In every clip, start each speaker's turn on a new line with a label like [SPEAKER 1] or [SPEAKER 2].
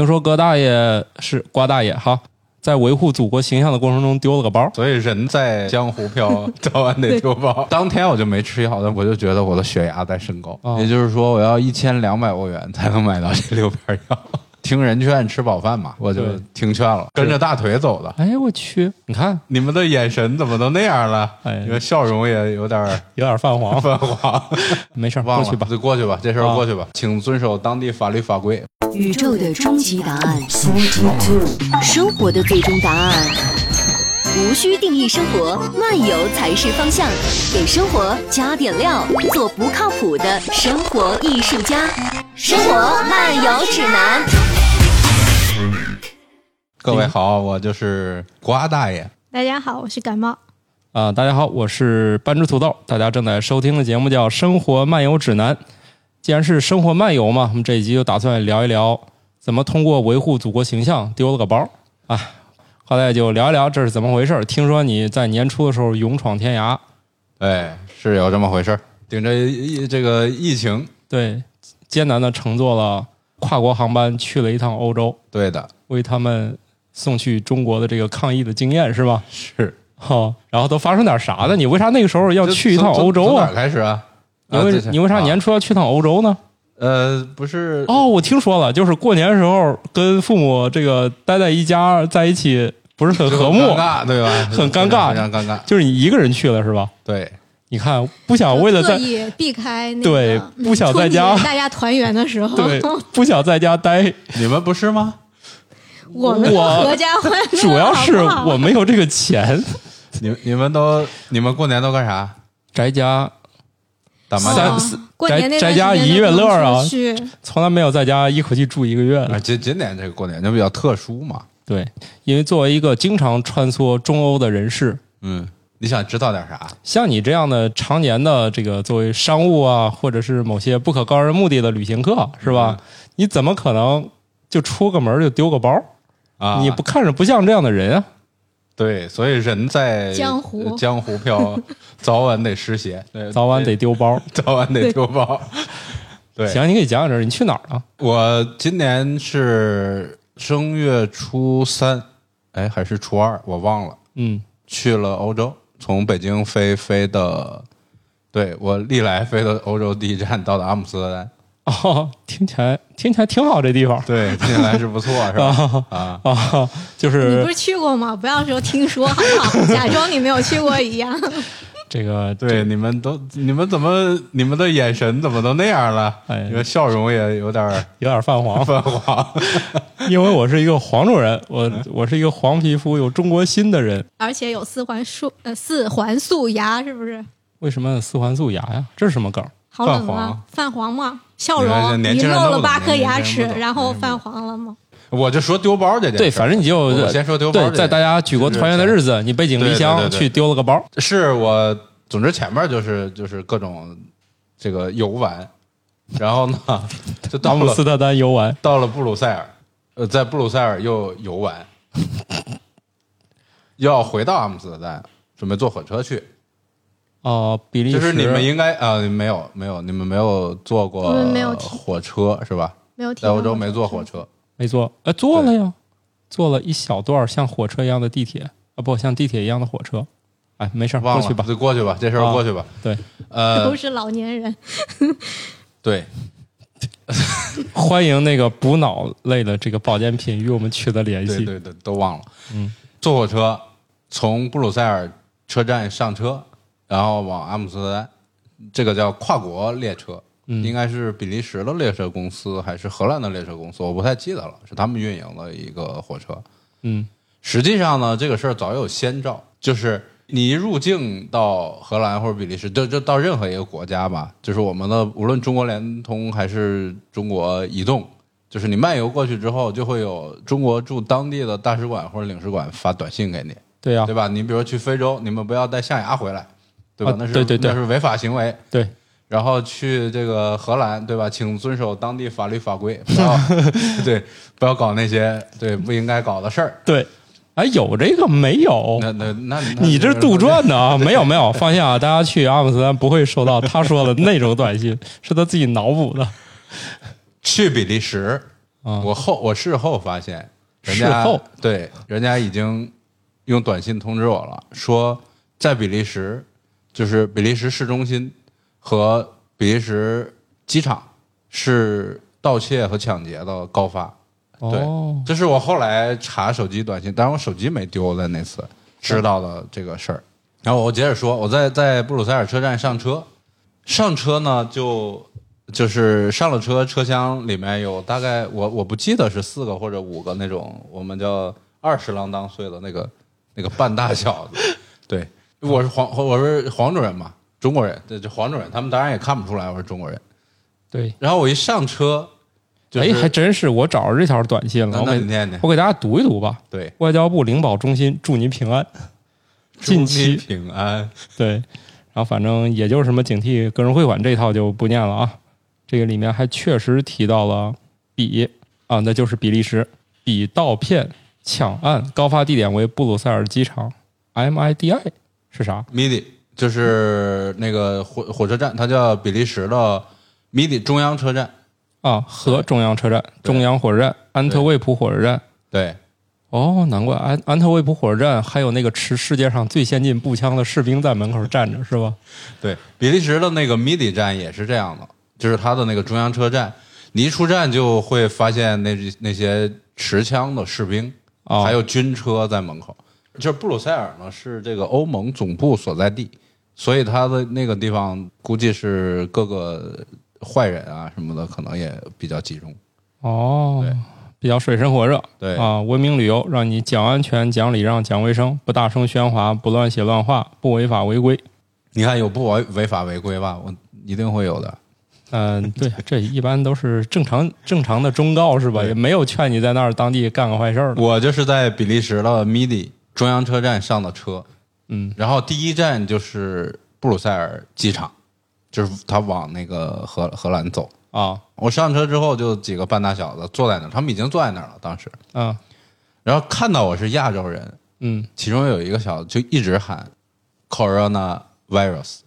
[SPEAKER 1] 听说葛大爷是瓜大爷哈，在维护祖国形象的过程中丢了个包。
[SPEAKER 2] 所以人在江湖 飘，早晚得丢包。当天我就没吃药，但我就觉得我的血压在升高，
[SPEAKER 1] 哦
[SPEAKER 2] 也就是说我要一千两百欧元才能买到这六片药。 听人劝，吃饱饭嘛，我就
[SPEAKER 1] 对
[SPEAKER 2] 听劝了，跟着大腿走的。
[SPEAKER 1] 哎，我去，你看
[SPEAKER 2] 你们的眼神怎么都那样了？
[SPEAKER 1] 哎
[SPEAKER 2] 你们笑容也有点儿
[SPEAKER 1] 有点泛黄，
[SPEAKER 2] 泛黄。
[SPEAKER 1] 没事儿，
[SPEAKER 2] 忘
[SPEAKER 1] 过
[SPEAKER 2] 了，
[SPEAKER 1] 去吧。
[SPEAKER 2] 就过去吧，这事儿
[SPEAKER 1] 啊
[SPEAKER 2] 过去吧，请遵守当地法律法规。
[SPEAKER 3] 宇宙的终极答案，生活的最终答案。无需定义生活，漫游才是方向。给生活加点料，做不靠谱的生活艺术家。生活漫游指南。
[SPEAKER 2] 各位好，我就是瓜大爷。
[SPEAKER 4] 大家好，我是感冒。
[SPEAKER 1] 啊、大家好，我是半只土豆，大家正在收听的节目叫《生活漫游指南》。既然是生活漫游嘛，我们这一集就打算聊一聊怎么通过维护祖国形象丢了个包啊。后来就聊一聊这是怎么回事儿。听说你在年初的时候勇闯天涯，
[SPEAKER 2] 对，哎是有这么回事儿。顶着疫这个疫情，
[SPEAKER 1] 对，艰难的乘坐了跨国航班去了一趟欧洲，
[SPEAKER 2] 对的，
[SPEAKER 1] 为他们送去中国的这个抗疫的经验是吧？
[SPEAKER 2] 是
[SPEAKER 1] 哦，然后都发生点啥呢？你为啥那个时候要
[SPEAKER 2] 就
[SPEAKER 1] 去一趟
[SPEAKER 2] 从
[SPEAKER 1] 欧洲
[SPEAKER 2] 从哪
[SPEAKER 1] 啊
[SPEAKER 2] 儿？开始啊？
[SPEAKER 1] 你
[SPEAKER 2] 啊
[SPEAKER 1] 为、
[SPEAKER 2] 这是
[SPEAKER 1] 你为啥
[SPEAKER 2] 啊
[SPEAKER 1] 年初要去趟欧洲呢？
[SPEAKER 2] 呃，不是
[SPEAKER 1] 哦，我听说了，就是过年的时候跟父母这个待在一家在一起，不是很
[SPEAKER 2] 就
[SPEAKER 1] 和睦
[SPEAKER 2] 尴，尬对吧？
[SPEAKER 1] 很尴尬
[SPEAKER 2] 非常尴尬。
[SPEAKER 1] 就是你一个人去了是吧？
[SPEAKER 2] 对，
[SPEAKER 1] 你看，不想啊为了
[SPEAKER 4] 特
[SPEAKER 1] 在
[SPEAKER 4] 意避开那
[SPEAKER 1] 对
[SPEAKER 4] 个
[SPEAKER 1] 不想在家
[SPEAKER 4] 春节大家团圆的时候，
[SPEAKER 1] 对不想在家待，
[SPEAKER 2] 你们不是吗？
[SPEAKER 4] 我们都
[SPEAKER 1] 我
[SPEAKER 4] 合家欢乐，
[SPEAKER 1] 主要是
[SPEAKER 4] 好不好
[SPEAKER 1] 我没有这个钱，
[SPEAKER 2] 你你们都你们过年都干啥？
[SPEAKER 1] 宅家
[SPEAKER 2] 打麻
[SPEAKER 1] 三
[SPEAKER 2] 将
[SPEAKER 4] 哦
[SPEAKER 1] 四
[SPEAKER 4] 过年那
[SPEAKER 1] 宅宅
[SPEAKER 4] 段
[SPEAKER 1] 家
[SPEAKER 4] 时间
[SPEAKER 1] 一
[SPEAKER 4] 都
[SPEAKER 1] 月
[SPEAKER 4] 不
[SPEAKER 1] 乐
[SPEAKER 4] 能
[SPEAKER 1] 啊
[SPEAKER 4] 出去
[SPEAKER 1] 从来没有在家一口气住一个月
[SPEAKER 2] 啊？
[SPEAKER 1] 的。
[SPEAKER 2] 今今年这个过年就比较特殊嘛。
[SPEAKER 1] 对，因为作为一个经常穿梭中欧的人士，
[SPEAKER 2] 嗯，你想知道点啥？
[SPEAKER 1] 像你这样的常年的这个作为商务啊，或者是某些不可告人目的的旅行客，是吧？
[SPEAKER 2] 嗯
[SPEAKER 1] 你怎么可能就出个门就丢个包？
[SPEAKER 2] 啊，
[SPEAKER 1] 你不看着不像这样的人啊？
[SPEAKER 2] 对，所以人在
[SPEAKER 4] 江湖
[SPEAKER 2] 呃江湖飘，早晚得湿鞋，对
[SPEAKER 1] 早晚得丢包。
[SPEAKER 2] 早晚得 丢包。对，
[SPEAKER 1] 行，你给讲讲这儿你去哪儿了？
[SPEAKER 2] 我今年是正月初三，哎，还是初二，我忘了，
[SPEAKER 1] 嗯，
[SPEAKER 2] 去了欧洲，从北京飞飞的，对我历来飞的欧洲第一站到的阿姆斯特丹，
[SPEAKER 1] 哦，听起来听起来挺好，这地方
[SPEAKER 2] 对，近来是不错，是吧？
[SPEAKER 1] 啊
[SPEAKER 2] 啊，
[SPEAKER 1] 啊，就
[SPEAKER 4] 你不
[SPEAKER 1] 是
[SPEAKER 4] 是去过吗？不要说听说好不 好？假装你没有去过一样。
[SPEAKER 1] 这个
[SPEAKER 2] 对，你们都，你们怎么，你们的眼神怎么都那样了？
[SPEAKER 1] 哎
[SPEAKER 2] 你们笑容也有点儿
[SPEAKER 1] 有点泛黄，
[SPEAKER 2] 泛 黄。
[SPEAKER 1] 因为我是一个黄种人，我
[SPEAKER 2] 嗯
[SPEAKER 1] 我是一个黄皮肤有中国心的人。
[SPEAKER 4] 而且有四环素呃四环素牙，是不是？
[SPEAKER 1] 为什么四环素牙呀？这是什么梗？
[SPEAKER 4] 好冷
[SPEAKER 2] 泛
[SPEAKER 4] 啊，泛黄吗？笑
[SPEAKER 2] 你看这
[SPEAKER 4] 容，
[SPEAKER 2] 年
[SPEAKER 4] 你
[SPEAKER 2] 轻人都
[SPEAKER 4] 露
[SPEAKER 2] 不
[SPEAKER 4] 了
[SPEAKER 2] 懂
[SPEAKER 4] 八颗
[SPEAKER 2] 年轻
[SPEAKER 4] 牙
[SPEAKER 2] 人不
[SPEAKER 4] 齿，
[SPEAKER 2] 懂
[SPEAKER 4] 然后
[SPEAKER 2] 年轻人不
[SPEAKER 4] 泛
[SPEAKER 2] 懂
[SPEAKER 4] 黄了吗？
[SPEAKER 2] 我就说丢包这件事儿，
[SPEAKER 1] 对，反正你就
[SPEAKER 2] 我先说丢包这
[SPEAKER 1] 对，
[SPEAKER 2] 件事
[SPEAKER 1] 在大家举国团圆的日子，你背井离
[SPEAKER 2] 对
[SPEAKER 1] 乡
[SPEAKER 2] 对对对
[SPEAKER 1] 去丢了个包，
[SPEAKER 2] 是我，总之前面就是就是各种这个游玩，然后呢，就
[SPEAKER 1] 阿
[SPEAKER 2] 到
[SPEAKER 1] 姆
[SPEAKER 2] 了
[SPEAKER 1] 斯特丹游玩，
[SPEAKER 2] 到了布鲁塞尔，呃，在布鲁塞尔又游玩， 要回到阿姆斯特丹，准备坐火车去。
[SPEAKER 1] 哦、比利时
[SPEAKER 2] 就是你们应该啊、没有没有，你们没有坐过
[SPEAKER 4] 我们没有提
[SPEAKER 2] 火车是吧？
[SPEAKER 4] 没有听
[SPEAKER 2] 在
[SPEAKER 4] 到
[SPEAKER 2] 欧洲没坐火车，
[SPEAKER 1] 没坐，呃，坐了呀，坐了一小段像火车一样的地铁啊，不像地铁一样的火车，哎，没事儿，
[SPEAKER 2] 忘
[SPEAKER 1] 过
[SPEAKER 2] 了
[SPEAKER 1] 去吧。
[SPEAKER 2] 就过去吧，这事儿
[SPEAKER 1] 啊
[SPEAKER 2] 过去吧。
[SPEAKER 1] 对，
[SPEAKER 2] 呃
[SPEAKER 4] 都，是老年人，
[SPEAKER 2] 对，
[SPEAKER 1] 欢迎那个补脑类的这个保健品与我们取得联
[SPEAKER 2] 对
[SPEAKER 1] 系。
[SPEAKER 2] 对对，都忘了。嗯，坐火车从布鲁塞尔车站上车，然后往阿姆斯特丹，这个叫跨国列车，
[SPEAKER 1] 嗯
[SPEAKER 2] 应该是比利时的列车公司还是荷兰的列车公司，我不太记得了，是他们运营的一个火车。
[SPEAKER 1] 嗯，
[SPEAKER 2] 实际上呢，这个事儿早有先兆，就是你一入境到荷兰或者比利时，就就到任何一个国家吧，就是我们的无论中国联通还是中国移动，就是你漫游过去之后，就会有中国驻当地的大使馆或者领事馆发短信给你，
[SPEAKER 1] 对啊呀、
[SPEAKER 2] 对吧？你比如去非洲，你们不要带象牙回来，对吧？
[SPEAKER 1] 啊
[SPEAKER 2] 那是
[SPEAKER 1] 对对对
[SPEAKER 2] 那是违法行为。
[SPEAKER 1] 对，
[SPEAKER 2] 然后去这个荷兰，对吧？请遵守当地法律法规，不要 对，不要搞那些对不应该搞的事儿。
[SPEAKER 1] 对，哎，有这个没有？
[SPEAKER 2] 那那那，那
[SPEAKER 1] 哦你这杜撰的 啊？没有没有，放心啊，大家去阿姆斯特丹不会收到他说的那种短信，是他自己脑补的。
[SPEAKER 2] 去比利时
[SPEAKER 1] 啊，
[SPEAKER 2] 我后我事后发现，人
[SPEAKER 1] 事
[SPEAKER 2] 家
[SPEAKER 1] 后
[SPEAKER 2] 对人家已经用短信通知我了，说在比利时，就是比利时市中心和比利时机场是盗窃和抢劫的高发。对
[SPEAKER 1] 哦，
[SPEAKER 2] 这是我后来查手机短信，但是我手机没丢的那次知道的这个事儿。然后我接着说，我在在布鲁塞尔车站上车，上车呢就就是上了车，车厢里面有大概我我不记得是四个或者五个那种我们叫二十郎当岁的那个那个半大小 子。对，我是黄我是黄种人嘛，中国人，这这黄种人，他们当然也看不出来我是中国人。
[SPEAKER 1] 对，
[SPEAKER 2] 然后我一上车，就
[SPEAKER 1] 哎，
[SPEAKER 2] 是
[SPEAKER 1] 还真是，我找着这条短信了，
[SPEAKER 2] 那
[SPEAKER 1] 我
[SPEAKER 2] 那你
[SPEAKER 1] 给
[SPEAKER 2] 念念，
[SPEAKER 1] 我给大家读一读吧。
[SPEAKER 2] 对，
[SPEAKER 1] 外交部灵宝中心祝您平安。近期
[SPEAKER 2] 祝你平安。
[SPEAKER 1] 对，然后反正也就是什么警惕个人汇款这一套就不念了啊。这个里面还确实提到了比啊，那就是比利时，比盗骗抢案高发地点为布鲁塞尔机场，MIDI 是啥？
[SPEAKER 2] MIDI 就是那个火火车站，它叫比利时的 MIDI 中央车站。
[SPEAKER 1] 啊，和中央车站、
[SPEAKER 2] 对
[SPEAKER 1] 中央火车站、安特卫普火车站。
[SPEAKER 2] 对，
[SPEAKER 1] 哦，难怪安安特卫普火车站还有那个持世界上最先进步枪的士兵在门口站着，是吧？
[SPEAKER 2] 对，比利时的那个 MIDI 站也是这样的，就是它的那个中央车站，你一出站就会发现那那些持枪的士兵，
[SPEAKER 1] 啊，
[SPEAKER 2] 还有军车在门口。就是布鲁塞尔呢，是这个欧盟总部所在地，所以它的那个地方估计是各个坏人啊什么的，可能也比较集中。
[SPEAKER 1] 哦
[SPEAKER 2] 对，
[SPEAKER 1] 比较水深火热。
[SPEAKER 2] 对
[SPEAKER 1] 啊，文明旅游让你讲安全、讲礼让、讲卫生，不大声喧哗，不乱写乱画，不违法违规。
[SPEAKER 2] 你看有不违违法违规吧？我一定会有的。
[SPEAKER 1] 嗯、对，这一般都是正常正常的忠告是吧？
[SPEAKER 2] 对
[SPEAKER 1] 也没有劝你在那儿当地干个坏事儿的。
[SPEAKER 2] 我就是在比利时的 MIDI 中央车站上的车，
[SPEAKER 1] 嗯，
[SPEAKER 2] 然后第一站就是布鲁塞尔机场，就是他往那个荷荷兰走。
[SPEAKER 1] 啊
[SPEAKER 2] 我上车之后，就几个半大小子坐在那儿，他们已经坐在那儿了。当时，
[SPEAKER 1] 啊
[SPEAKER 2] 然后看到我是亚洲人，
[SPEAKER 1] 嗯，
[SPEAKER 2] 其中有一个小子就一直喊 “corona virus”，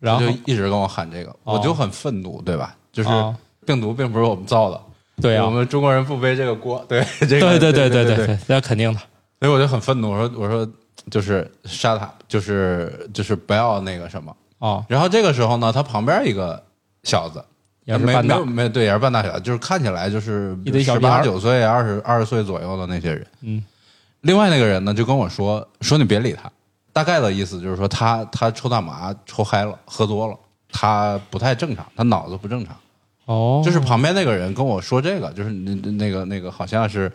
[SPEAKER 1] 然后
[SPEAKER 2] 他就一直跟我喊这个，
[SPEAKER 1] 哦
[SPEAKER 2] 我就很愤怒，对吧？就是
[SPEAKER 1] 啊
[SPEAKER 2] 病毒并不是我们造的，
[SPEAKER 1] 对啊
[SPEAKER 2] 我，们中国人不背这个锅， 对，这
[SPEAKER 1] 对
[SPEAKER 2] 个
[SPEAKER 1] 对
[SPEAKER 2] 对
[SPEAKER 1] 对
[SPEAKER 2] 对
[SPEAKER 1] 对，那肯定的。
[SPEAKER 2] 所以我就很愤怒，我说我说就是杀他，就是就是不要那个什么。
[SPEAKER 1] 啊，
[SPEAKER 2] 然后这个时候呢，他旁边一个小子
[SPEAKER 1] 也是
[SPEAKER 2] 没
[SPEAKER 1] 半
[SPEAKER 2] 没
[SPEAKER 1] 大
[SPEAKER 2] 有没有对也是半大小，就是看起来就是
[SPEAKER 1] 一堆小
[SPEAKER 2] 十
[SPEAKER 1] 屁孩
[SPEAKER 2] 八
[SPEAKER 1] 儿
[SPEAKER 2] 九岁、二十二十岁左右的那些人。
[SPEAKER 1] 嗯，
[SPEAKER 2] 另外那个人呢就跟我说说你别理他，大概的意思就是说他他抽大麻抽嗨了，喝多了，他不太正常，他脑子不正常。
[SPEAKER 1] 哦，
[SPEAKER 2] 就是旁边那个人跟我说这个，就是那那那个那个好像是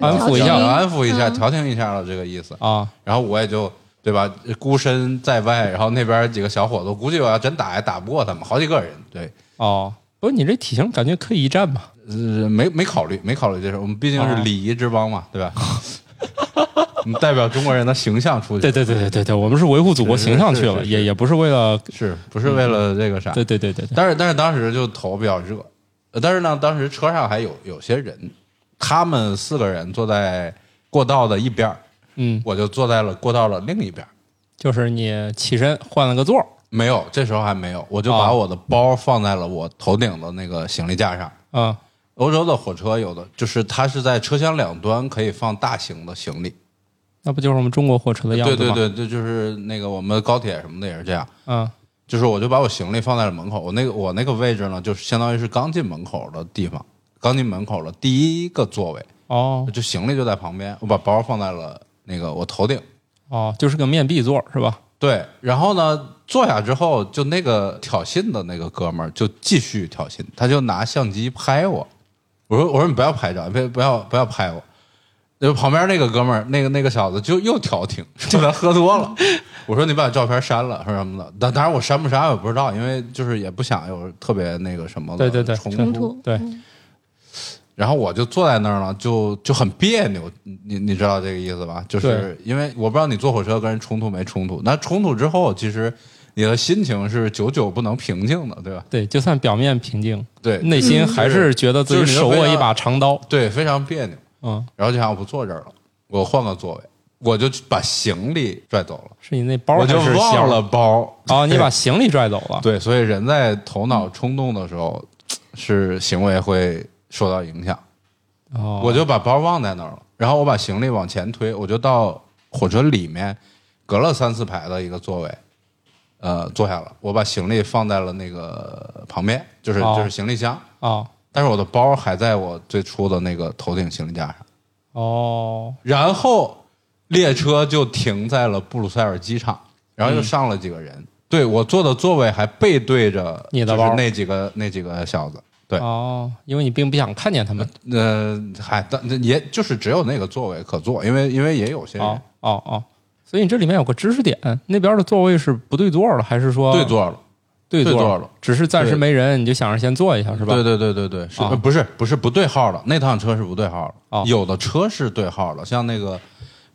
[SPEAKER 1] 安抚一下
[SPEAKER 2] 调停安抚一下，
[SPEAKER 4] 嗯
[SPEAKER 2] 调停一下了这个意思。
[SPEAKER 1] 啊，
[SPEAKER 2] 然后我也就对吧，孤身在外，然后那边几个小伙子，估计我要真打也打不过他们，好几个人，对，
[SPEAKER 1] 哦，不是你这体型感觉可以一战吧？
[SPEAKER 2] 呃没没考虑，没考虑这事，我们毕竟
[SPEAKER 1] 啊
[SPEAKER 2] 是礼仪之邦嘛，对吧？ 你代表中国人的形象出去，
[SPEAKER 1] 对对对对对对，我们是维护祖国形象去了，
[SPEAKER 2] 是是是
[SPEAKER 1] 也也不是为了，
[SPEAKER 2] 是不是为了这个啥？
[SPEAKER 1] 对对对对对，
[SPEAKER 2] 但是但是当时就头比较热，呃但是呢，当时车上还有有些人，他们四个人坐在过道的一边儿
[SPEAKER 1] 嗯，
[SPEAKER 2] 我就坐在了过道的另一边儿
[SPEAKER 1] 就是你起身换了个座儿
[SPEAKER 2] 没有，这时候还没有，我就把
[SPEAKER 1] 哦
[SPEAKER 2] 我的包放在了我头顶的那个行李架上。
[SPEAKER 1] 啊，
[SPEAKER 2] 欧洲的火车有的就是它是在车厢两端可以放大型的行李，
[SPEAKER 1] 那不就是我们中国火车的样子
[SPEAKER 2] 对
[SPEAKER 1] 吗？
[SPEAKER 2] 对，对，这就是那个我们高铁什么的也是这样。
[SPEAKER 1] 嗯
[SPEAKER 2] 就是我就把我行李放在了门口，我那个我那个位置呢，就是相当于是刚进门口的地方，刚进门口的第一个座位，
[SPEAKER 1] 哦
[SPEAKER 2] 就行李就在旁边，我把包放在了那个我头顶。
[SPEAKER 1] 哦，就是个面壁座儿是吧？
[SPEAKER 2] 对，然后呢，坐下之后，就那个挑衅的那个哥们儿就继续挑衅，他就拿相机拍我。我说：“我说你不要拍照，别不要不要拍我。”就旁边那个哥们儿，那个那个小子就又调停，就他喝多了。我说：“你把照片删了，说什么的？”但当然我删不删我不知道，因为就是也不想有特别那个什么
[SPEAKER 1] 对
[SPEAKER 2] 的
[SPEAKER 1] 对对，
[SPEAKER 2] 冲
[SPEAKER 4] 冲
[SPEAKER 2] 突
[SPEAKER 4] 突。
[SPEAKER 1] 对，
[SPEAKER 2] 然后我就坐在那儿了，就就很别扭，你你你知道这个意思吧？就是因为我不知道你坐火车跟人冲突没冲突，那冲突之后，其实你的心情是久久不能平静的，对吧？
[SPEAKER 1] 对，就算表面平静，
[SPEAKER 2] 对，
[SPEAKER 1] 内心还是觉得自己手握一把长刀，
[SPEAKER 2] 对非常别扭。
[SPEAKER 1] 嗯，
[SPEAKER 2] 然后就想我不坐这儿了，我换个座位，我就去把行李拽走了，
[SPEAKER 1] 是你那包还
[SPEAKER 2] 我就是
[SPEAKER 1] 箱
[SPEAKER 2] 忘了包。
[SPEAKER 1] 哦，你把行李拽走了，
[SPEAKER 2] 对，所以人在头脑冲动的时候，是行为会受到影响。
[SPEAKER 1] 哦，
[SPEAKER 2] 我就把包忘在那儿了，然后我把行李往前推，我就到火车里面隔了三四排的一个座位，呃，坐下了，我把行李放在了那个旁边，就是、
[SPEAKER 1] 哦
[SPEAKER 2] 就是行李箱，
[SPEAKER 1] 啊
[SPEAKER 2] 但是我的包还在我最初的那个头顶行李架上，
[SPEAKER 1] 哦
[SPEAKER 2] 然后列车就停在了布鲁塞尔机场，
[SPEAKER 1] 嗯
[SPEAKER 2] 然后又上了几个人，对我坐的座位还背对着
[SPEAKER 1] 你的
[SPEAKER 2] 就是
[SPEAKER 1] 包
[SPEAKER 2] 那几个那几个小子，对，
[SPEAKER 1] 哦，因为你并不想看见他们。
[SPEAKER 2] 呃，嗨，但也就是只有那个座位可坐，因为因为也有些人、
[SPEAKER 1] 哦哦哦，所以你这里面有个知识点，那边的座位是不对座了，还是说
[SPEAKER 2] 对座了，
[SPEAKER 1] 对
[SPEAKER 2] 对座
[SPEAKER 1] 座
[SPEAKER 2] 了？
[SPEAKER 1] 只是暂时
[SPEAKER 2] 对
[SPEAKER 1] 没人，你就想着先坐一下是吧？
[SPEAKER 2] 对对对对对，是、
[SPEAKER 1] 啊
[SPEAKER 2] 呃不是不是不对号了？那趟车是不对号了，
[SPEAKER 1] 哦
[SPEAKER 2] 有的车是对号了，像那个。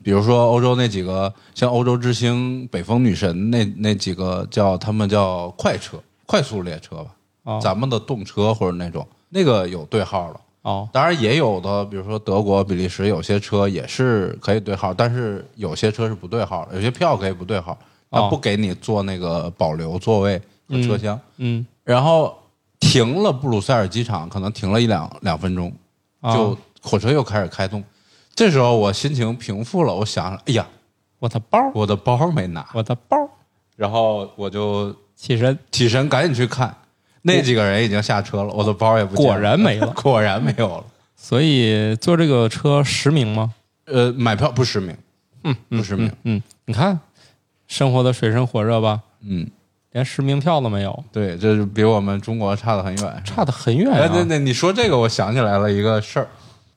[SPEAKER 2] 比如说欧洲那几个，像欧洲之星、北风女神那那几个叫他们叫快车、快速列车吧，
[SPEAKER 1] 哦
[SPEAKER 2] 咱们的动车或者那种，那个有对号了。
[SPEAKER 1] 哦
[SPEAKER 2] 当然也有的，比如说德国、比利时，有些车也是可以对号，但是有些车是不对号的，有些票可以不对号，它
[SPEAKER 1] 哦
[SPEAKER 2] 不给你做那个保留座位和车厢。
[SPEAKER 1] 嗯，
[SPEAKER 2] 然后停了布鲁塞尔机场，可能停了一两两分钟，
[SPEAKER 1] 啊
[SPEAKER 2] 就火车又开始开动。这时候我心情平复了，我想，哎呀，
[SPEAKER 1] 我的包，
[SPEAKER 2] 我的包没拿，
[SPEAKER 1] 我的包，
[SPEAKER 2] 然后我就
[SPEAKER 1] 起身
[SPEAKER 2] 起身赶紧去看，那几个人已经下车了，我的包也不见了
[SPEAKER 1] 果然没了。
[SPEAKER 2] 果然没有了。
[SPEAKER 1] 所以坐这个车实名吗？
[SPEAKER 2] 呃，买票不实名，嗯，不实名，
[SPEAKER 1] 嗯，你看生活的水深火热吧，
[SPEAKER 2] 嗯，
[SPEAKER 1] 连实名票都没有，
[SPEAKER 2] 对，这是比我们中国差得很远。
[SPEAKER 1] 差得很远、啊。
[SPEAKER 2] 哎，那那你说这个，我想起来了一个事儿，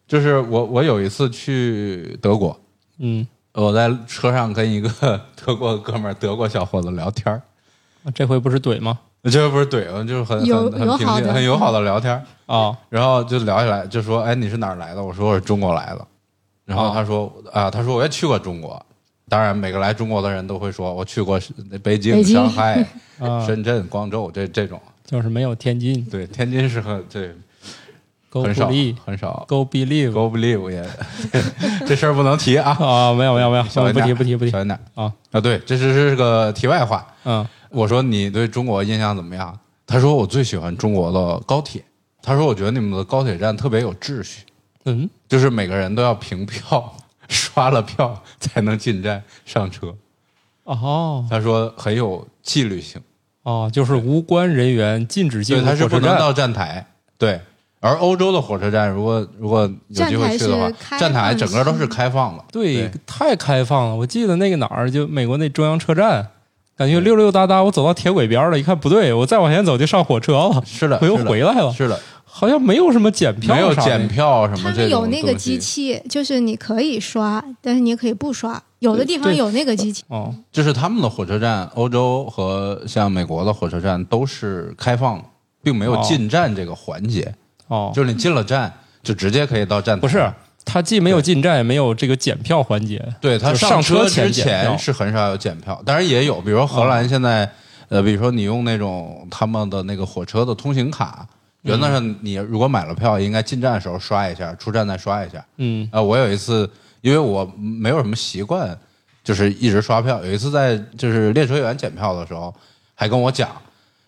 [SPEAKER 2] 就是我我有一次去德国，
[SPEAKER 1] 嗯，
[SPEAKER 2] 我在车上跟一个 德国哥们儿、德国小伙子聊天儿，
[SPEAKER 1] 这回不是怼吗？
[SPEAKER 2] 这不是怼我，就是很
[SPEAKER 4] 友
[SPEAKER 2] 很很
[SPEAKER 4] 友
[SPEAKER 2] 平
[SPEAKER 4] 好
[SPEAKER 2] 静、
[SPEAKER 4] 的嗯
[SPEAKER 2] 很友好的聊天儿。
[SPEAKER 1] 啊、
[SPEAKER 2] 然后就聊起来，就说：“哎，你是哪儿来的？”我说：“我是中国来的。”然后他说：“啊，他说我也去过中国。当然，每个来中国的人都会说，我去过是北京、
[SPEAKER 4] 北京
[SPEAKER 2] 上海、
[SPEAKER 1] 啊
[SPEAKER 2] 深圳、广州这这种。
[SPEAKER 1] 就是没有天津
[SPEAKER 2] 对，天津是很对
[SPEAKER 1] ，Go
[SPEAKER 2] 很少
[SPEAKER 1] believe，Go
[SPEAKER 2] 很少。
[SPEAKER 1] believe
[SPEAKER 2] Go believe 也 这事儿不能 提啊，
[SPEAKER 1] 啊，没有没有没有，
[SPEAKER 2] 小
[SPEAKER 1] 不
[SPEAKER 2] 心
[SPEAKER 1] 提
[SPEAKER 2] 点
[SPEAKER 1] 不提不提
[SPEAKER 2] 小心点
[SPEAKER 1] 啊，
[SPEAKER 2] 啊。对，这是是个题外话。
[SPEAKER 1] 嗯，
[SPEAKER 2] 我说你对中国印象怎么样？他说我最喜欢中国的高铁。他说我觉得你们的高铁站特别有秩序。
[SPEAKER 1] 嗯，
[SPEAKER 2] 就是每个人都要凭票， 刷了票才能进站上车。
[SPEAKER 1] 哦
[SPEAKER 2] 他说很有纪律性，
[SPEAKER 1] 哦，就是无关人员禁止进
[SPEAKER 2] 对，
[SPEAKER 1] 入
[SPEAKER 2] 他
[SPEAKER 1] 火
[SPEAKER 2] 是不
[SPEAKER 1] 车
[SPEAKER 2] 能
[SPEAKER 1] 站
[SPEAKER 2] 到站台，对。而欧洲的火车站，如果如果有机会去的话
[SPEAKER 4] 站台是，开放
[SPEAKER 2] 站台整个都是开放的，
[SPEAKER 1] 对，太开放了。我记得那个哪儿，就美国那中央车站，感觉溜溜达达，我走到铁轨边儿了，一看不对，我再往前走就上火车了，
[SPEAKER 2] 是的，
[SPEAKER 1] 我又
[SPEAKER 2] 是的
[SPEAKER 1] 回来了，
[SPEAKER 2] 是的，
[SPEAKER 1] 好像没有什么检票，
[SPEAKER 2] 没有检。票什么
[SPEAKER 4] 他
[SPEAKER 2] 这
[SPEAKER 4] 们
[SPEAKER 2] 种
[SPEAKER 4] 有那个
[SPEAKER 2] 东西
[SPEAKER 4] 机，器，就是你可以刷，但是你也可以不刷。有的地方
[SPEAKER 1] 对
[SPEAKER 4] 有那个机器，
[SPEAKER 1] 哦
[SPEAKER 2] 就是他们的火车站，欧洲和像美国的火车站都是开放的，并没有
[SPEAKER 1] 哦
[SPEAKER 2] 进站这个环节，
[SPEAKER 1] 哦，
[SPEAKER 2] 就是你进了站就直接可以到站台，
[SPEAKER 1] 不是，他既没有进站，也没有这个检票环节。
[SPEAKER 2] 对他
[SPEAKER 1] 就是上
[SPEAKER 2] 上车
[SPEAKER 1] 车
[SPEAKER 2] 之
[SPEAKER 1] 前检票嗯
[SPEAKER 2] 前是很少有检票，当然也有，比如说荷兰现在，呃，比如说你用那种他们的那个火车的通行卡，原则
[SPEAKER 1] 嗯
[SPEAKER 2] 上你如果买了票，应该进站的时候刷一下，出站再刷一下。
[SPEAKER 1] 嗯
[SPEAKER 2] 啊，我有一次，因为我没有什么习惯，就是一直刷票。有一次在就是列车员检票的时候，还跟我讲，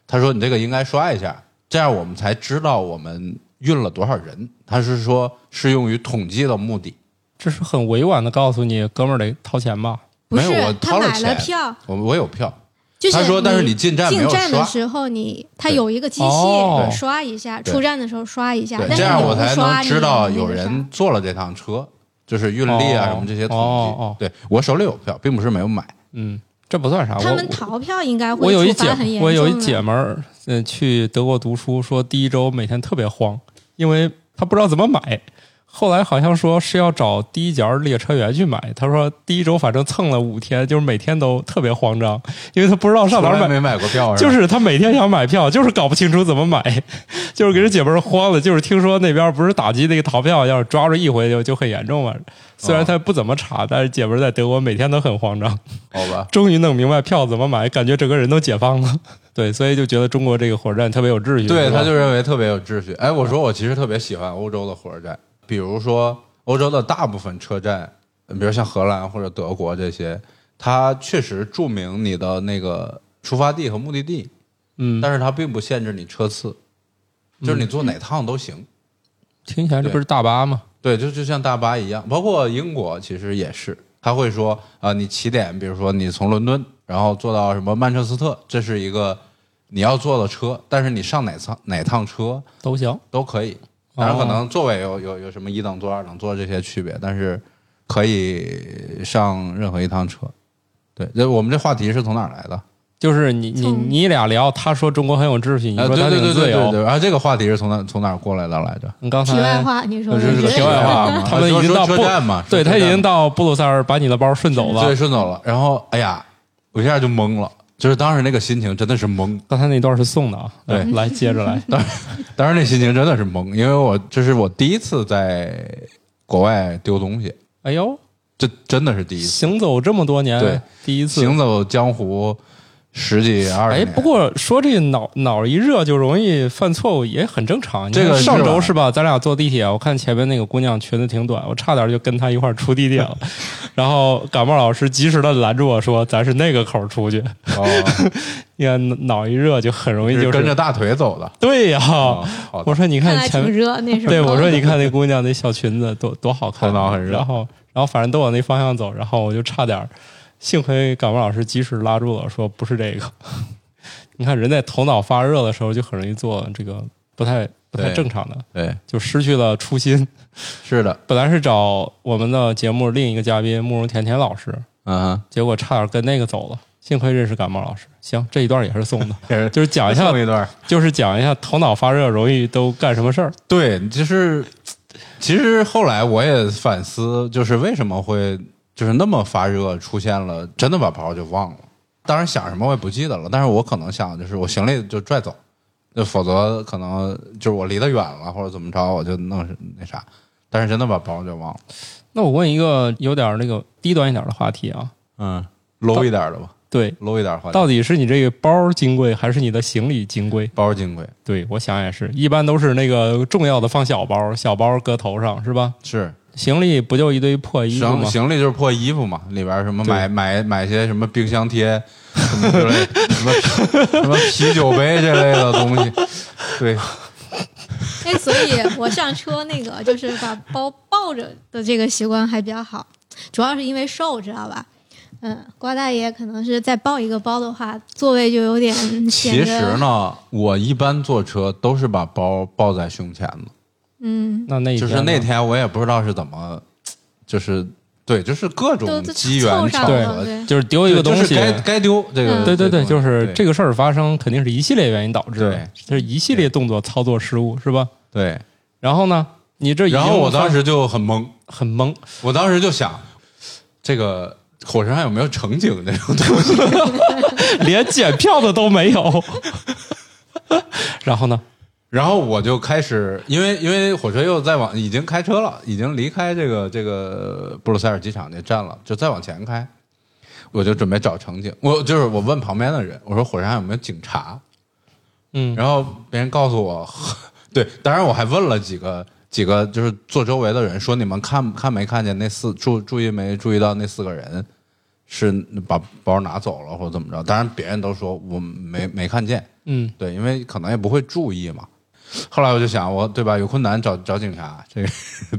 [SPEAKER 2] 他说你这个应该刷一下，这样我们才知道我们运了多少人。他是说适用于统计的目的。
[SPEAKER 1] 这是很委婉的告诉你，哥们儿得掏钱吧？
[SPEAKER 4] 不
[SPEAKER 2] 没有
[SPEAKER 4] 是
[SPEAKER 2] 我
[SPEAKER 4] 他
[SPEAKER 2] 掏了
[SPEAKER 4] 买
[SPEAKER 2] 钱
[SPEAKER 4] 了票，
[SPEAKER 2] 我我有票，
[SPEAKER 4] 就是
[SPEAKER 2] 他说但是你进站没有
[SPEAKER 4] 进站
[SPEAKER 2] 刷
[SPEAKER 4] 的时候你他
[SPEAKER 2] 对
[SPEAKER 4] 有一个机器
[SPEAKER 1] 哦
[SPEAKER 4] 你刷一下，
[SPEAKER 2] 对
[SPEAKER 4] 出站的时候刷一下
[SPEAKER 2] 对，，
[SPEAKER 4] 但
[SPEAKER 2] 这
[SPEAKER 4] 是
[SPEAKER 2] 样
[SPEAKER 4] 你
[SPEAKER 2] 我
[SPEAKER 4] 不
[SPEAKER 2] 才
[SPEAKER 4] 刷
[SPEAKER 2] 能知道
[SPEAKER 4] 啊你
[SPEAKER 2] 有
[SPEAKER 4] 那个啥
[SPEAKER 2] 人坐了这趟车，就是运力
[SPEAKER 1] 哦
[SPEAKER 2] 啊什么这些统
[SPEAKER 1] 哦
[SPEAKER 2] 计
[SPEAKER 1] 哦。
[SPEAKER 2] 对我手里有票，并不是没有买。
[SPEAKER 1] 嗯，这不算啥。
[SPEAKER 2] 啊
[SPEAKER 4] 他
[SPEAKER 1] 我
[SPEAKER 4] 们逃票应该
[SPEAKER 1] 我
[SPEAKER 4] 会
[SPEAKER 1] 有一
[SPEAKER 4] 处
[SPEAKER 1] 姐
[SPEAKER 4] 罚很，严重
[SPEAKER 1] 我
[SPEAKER 4] 的。
[SPEAKER 1] 有一姐们儿，嗯，去德国读书，说第一周每天特别慌，因为她不知道怎么买。后来好像说是要找第一节列车员去买，她说第一周反正蹭了五天，就是每天都特别慌张，因为她不知道上哪
[SPEAKER 2] 从
[SPEAKER 1] 儿
[SPEAKER 2] 来
[SPEAKER 1] 买。
[SPEAKER 2] 没买过 票，
[SPEAKER 1] 就是
[SPEAKER 2] 吧
[SPEAKER 1] 是她每天想买票，就是搞不清楚怎么买， 就是给这姐们儿慌了。就是听说那边不是打击那个逃票，要是抓住一回就就很严重嘛。虽
[SPEAKER 2] 哦
[SPEAKER 1] 然她不怎么查，但是姐们儿在德国每天都很慌张。
[SPEAKER 2] 好 吧？
[SPEAKER 1] 终于弄明白票怎么买，感觉整个人都解放了。 对，所以就觉得中国这个火车站特别有秩序。
[SPEAKER 2] 对，
[SPEAKER 1] 是吧
[SPEAKER 2] 他就认为特别有秩序。哎，我说我其实特别喜欢欧洲的火车站，比如说欧洲的大部分车站，嗯比如像荷兰或者德国这些，它确实注明你的那个出发地和目的地，
[SPEAKER 1] 嗯，嗯
[SPEAKER 2] 但是它并不限制你车次，就是你坐哪趟都行。
[SPEAKER 1] 听起来这不是大巴吗？
[SPEAKER 2] 对，就就像大巴一样，包括英国其实也是，他会说啊、你起点，比如说你从伦敦，然后坐到什么曼彻斯特，这是一个你要坐的车，但是你上哪趟哪趟车
[SPEAKER 1] 都行，
[SPEAKER 2] 都可以。当然，可
[SPEAKER 1] 哦
[SPEAKER 2] 能座位有有有什么一等座、二等座这些区别，但是可以上任何一趟车。对，这我们这话题是从哪儿来的？
[SPEAKER 1] 就是你你
[SPEAKER 4] 从
[SPEAKER 1] 你俩聊，他说中国很有秩序，你
[SPEAKER 2] 啊，
[SPEAKER 1] 说
[SPEAKER 2] 对
[SPEAKER 1] 他
[SPEAKER 2] 对
[SPEAKER 1] 挺
[SPEAKER 2] 对
[SPEAKER 1] 自
[SPEAKER 2] 对对
[SPEAKER 1] 由。
[SPEAKER 2] 对。然后这个话题是从哪从哪儿过来的来着？
[SPEAKER 1] 你刚才
[SPEAKER 4] 题外话，你说
[SPEAKER 1] 呃
[SPEAKER 4] 的
[SPEAKER 1] 这是个
[SPEAKER 2] 对
[SPEAKER 1] 题外话
[SPEAKER 2] 对
[SPEAKER 1] 嘛
[SPEAKER 2] 对
[SPEAKER 1] 他们
[SPEAKER 2] 说
[SPEAKER 1] 已经
[SPEAKER 2] 啊说
[SPEAKER 1] 到
[SPEAKER 2] 车
[SPEAKER 1] 布
[SPEAKER 2] 站嘛，
[SPEAKER 1] 对他已经
[SPEAKER 2] 到。
[SPEAKER 1] 到布鲁塞尔把你的包顺走
[SPEAKER 2] 对，
[SPEAKER 1] 了。
[SPEAKER 2] 顺走了。然后，哎呀，我一下就懵了，就是当时那个心情真的是懵，
[SPEAKER 1] 刚才那段是送的啊，
[SPEAKER 2] 对
[SPEAKER 1] 来来接着来。
[SPEAKER 2] 当时那心情真的是懵，因为我这是我第一次在国外丢东西，
[SPEAKER 1] 哎呦，
[SPEAKER 2] 这真的是第一次，
[SPEAKER 1] 行走这么多年，
[SPEAKER 2] 对，
[SPEAKER 1] 第一次。
[SPEAKER 2] 行走江湖十几二十
[SPEAKER 1] 哎，
[SPEAKER 2] 年。
[SPEAKER 1] 不过说这个脑脑一热就容易犯错误，也很正常。你看
[SPEAKER 2] 这个是吧
[SPEAKER 1] 上周是吧？咱俩坐地铁，我看前面那个姑娘裙子挺短，我差点就跟她一块儿出地 铁了。然后感冒老师及时的拦住我说：“咱是那个口儿出去。
[SPEAKER 2] 哦，”
[SPEAKER 1] 你看脑一热就很容易
[SPEAKER 2] 就
[SPEAKER 1] 就是是
[SPEAKER 2] 跟着大腿走的。
[SPEAKER 1] 对呀、
[SPEAKER 2] 哦，好的
[SPEAKER 1] 我说你
[SPEAKER 4] 看
[SPEAKER 1] 看
[SPEAKER 4] 来
[SPEAKER 1] 前
[SPEAKER 4] 挺
[SPEAKER 1] 面，
[SPEAKER 4] 热，那时 候嗯
[SPEAKER 1] 对我说你看那姑娘那小裙子 多多好看，
[SPEAKER 2] 头脑很热
[SPEAKER 1] 然后然后反正都往那方向走，然后我就差点儿， 幸亏感冒老师及时拉住了，说不是这个。 你看人在头脑发热的时候就很容易做这个不太不太
[SPEAKER 2] 对
[SPEAKER 1] 正常的，
[SPEAKER 2] 对，
[SPEAKER 1] 就失去了初心。
[SPEAKER 2] 是的，
[SPEAKER 1] 本来是找我们的节目另一个嘉宾慕容甜甜老师，
[SPEAKER 2] 嗯，
[SPEAKER 1] 结果差点跟那个走了。幸亏认识感冒老师，行，这一段也是送的，
[SPEAKER 2] 也是
[SPEAKER 1] 就是讲一下
[SPEAKER 2] 后，一段。
[SPEAKER 1] 就是讲一下头脑发热容易都干什么事儿。
[SPEAKER 2] 对，就是其实后来我也反思，就是为什么会就是那么发热，出现了真的把包就忘了。当然想什么我也不记得了，但是我可能想的就是我行李就拽走，那否则可能就是我离得远了或者怎么着，我就弄是那啥。但是真的把包就忘了，
[SPEAKER 1] 那我问一个有点那个低端一点的话题啊，
[SPEAKER 2] 嗯，low 一点的吧
[SPEAKER 1] 对，
[SPEAKER 2] ，low 一点的话，
[SPEAKER 1] 到底是你这个包金贵还是你的行李金贵？
[SPEAKER 2] 包金贵
[SPEAKER 1] 对，我想也是，一般都是那个重要的放小包，小包搁头上是吧？
[SPEAKER 2] 是
[SPEAKER 1] 行李不就一堆破衣服
[SPEAKER 2] 行
[SPEAKER 1] 吗？
[SPEAKER 2] 行李就是破衣服嘛，里边什么
[SPEAKER 1] 对
[SPEAKER 2] 买买买些什么冰箱贴什么之类，什么什么啤酒杯这类的东西，对，
[SPEAKER 4] 哎，所以我上车那个就是把包抱着的这个习惯还比较好，主要是因为瘦，知道吧？嗯，瓜大爷可能是再抱一个包的话，座位就有点
[SPEAKER 2] 其
[SPEAKER 4] 显
[SPEAKER 2] 实
[SPEAKER 4] 得
[SPEAKER 2] 呢，我一般坐车都是把包抱在胸前的，
[SPEAKER 4] 嗯，
[SPEAKER 1] 那那一
[SPEAKER 2] 就是那
[SPEAKER 1] 呢
[SPEAKER 2] 天我也不知道是怎么，就是对，就是各
[SPEAKER 4] 都
[SPEAKER 2] 种
[SPEAKER 4] 都
[SPEAKER 2] 机缘
[SPEAKER 4] 凑
[SPEAKER 2] 巧
[SPEAKER 4] 上
[SPEAKER 1] 对
[SPEAKER 2] 合
[SPEAKER 4] 了，，对，
[SPEAKER 1] 就是丢一
[SPEAKER 2] 对
[SPEAKER 1] 个东
[SPEAKER 2] 就
[SPEAKER 1] 西
[SPEAKER 2] 是，该该丢这个，
[SPEAKER 4] 嗯
[SPEAKER 1] 对对对，就是这
[SPEAKER 2] 个
[SPEAKER 1] 个事儿发生肯定是一系列原因导致的
[SPEAKER 2] 对，
[SPEAKER 1] 就是一系列动作操作失误是吧？
[SPEAKER 2] 对。
[SPEAKER 1] 然后呢，你这已经
[SPEAKER 2] 然后我当时就很懵，
[SPEAKER 1] 很懵，
[SPEAKER 2] 我当时就想，这个火车上有没有乘警这种东西？
[SPEAKER 1] 连检票的都没有。 然后呢？
[SPEAKER 2] 然后我就开始，因为因为火车又在往已经开车了，已经离开这个这个布鲁塞尔机场这站了，就再往前开，我就准备找乘警。我就是我问旁边的人，我说火车上有没有警察？
[SPEAKER 1] 嗯，
[SPEAKER 2] 然后别人告诉我， 对，当然我还问了几个几个就是坐周围的人，说你们看看没看见那四注注意没注意到那四个人是把包拿走了或者怎么着？当然别人都说我没没看见，
[SPEAKER 1] 嗯，
[SPEAKER 2] 对，因为可能也不会注意嘛。后来我就想，我对吧？有困难找找警察，这个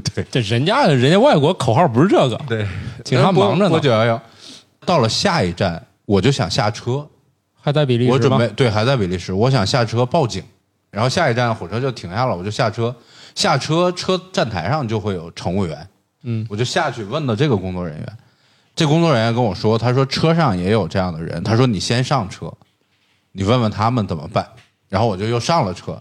[SPEAKER 2] 对
[SPEAKER 1] 这人家人家外国口号不是这个，
[SPEAKER 2] 对，
[SPEAKER 1] 警察忙着呢
[SPEAKER 2] 拨九幺幺。到了下一站，我就想下车，
[SPEAKER 1] 还在比利时
[SPEAKER 2] 我准
[SPEAKER 1] 吗
[SPEAKER 2] 备对还在比利时，我想下车报警，然后下一站火车就停下了，我就下车，下车车站台上就会有乘务员，
[SPEAKER 1] 嗯，
[SPEAKER 2] 我就下去问的这个工作人员，这工作人员跟我说，他说车上也有这样的人，他说你先上车，你问问他们怎么办，然后我就又上了车，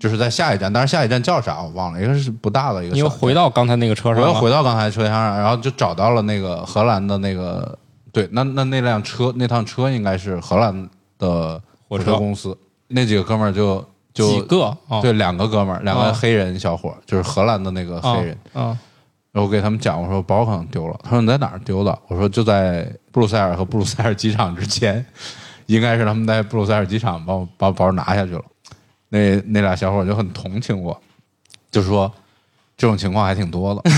[SPEAKER 2] 就是在下一站，但是下一站叫啥我忘了，一个是不大的一个，
[SPEAKER 1] 你又回。到刚才那个车
[SPEAKER 2] 我
[SPEAKER 1] 上
[SPEAKER 2] 又
[SPEAKER 1] 了，
[SPEAKER 2] 回到刚才车厢上，然后就找到了那个荷兰的那个，对，那那那辆车，那趟车应该是荷兰的
[SPEAKER 1] 火
[SPEAKER 2] 火
[SPEAKER 1] 车
[SPEAKER 2] 车公司。那几个哥们儿就
[SPEAKER 1] 几
[SPEAKER 2] 就
[SPEAKER 1] 个啊，
[SPEAKER 2] 对两个哥们儿，两
[SPEAKER 1] 啊
[SPEAKER 2] 个黑人小伙儿，就是荷兰的那个
[SPEAKER 1] 啊
[SPEAKER 2] 黑人。
[SPEAKER 1] 啊，
[SPEAKER 2] 然后我给他们讲，我说包可能丢了。他说你在哪儿丢的？我说就在布鲁塞尔和布鲁塞尔机场之间，应该是他们在布鲁塞尔机场把我把我包拿下去了。那那俩小伙就很同情我，就说这种情况还挺多的，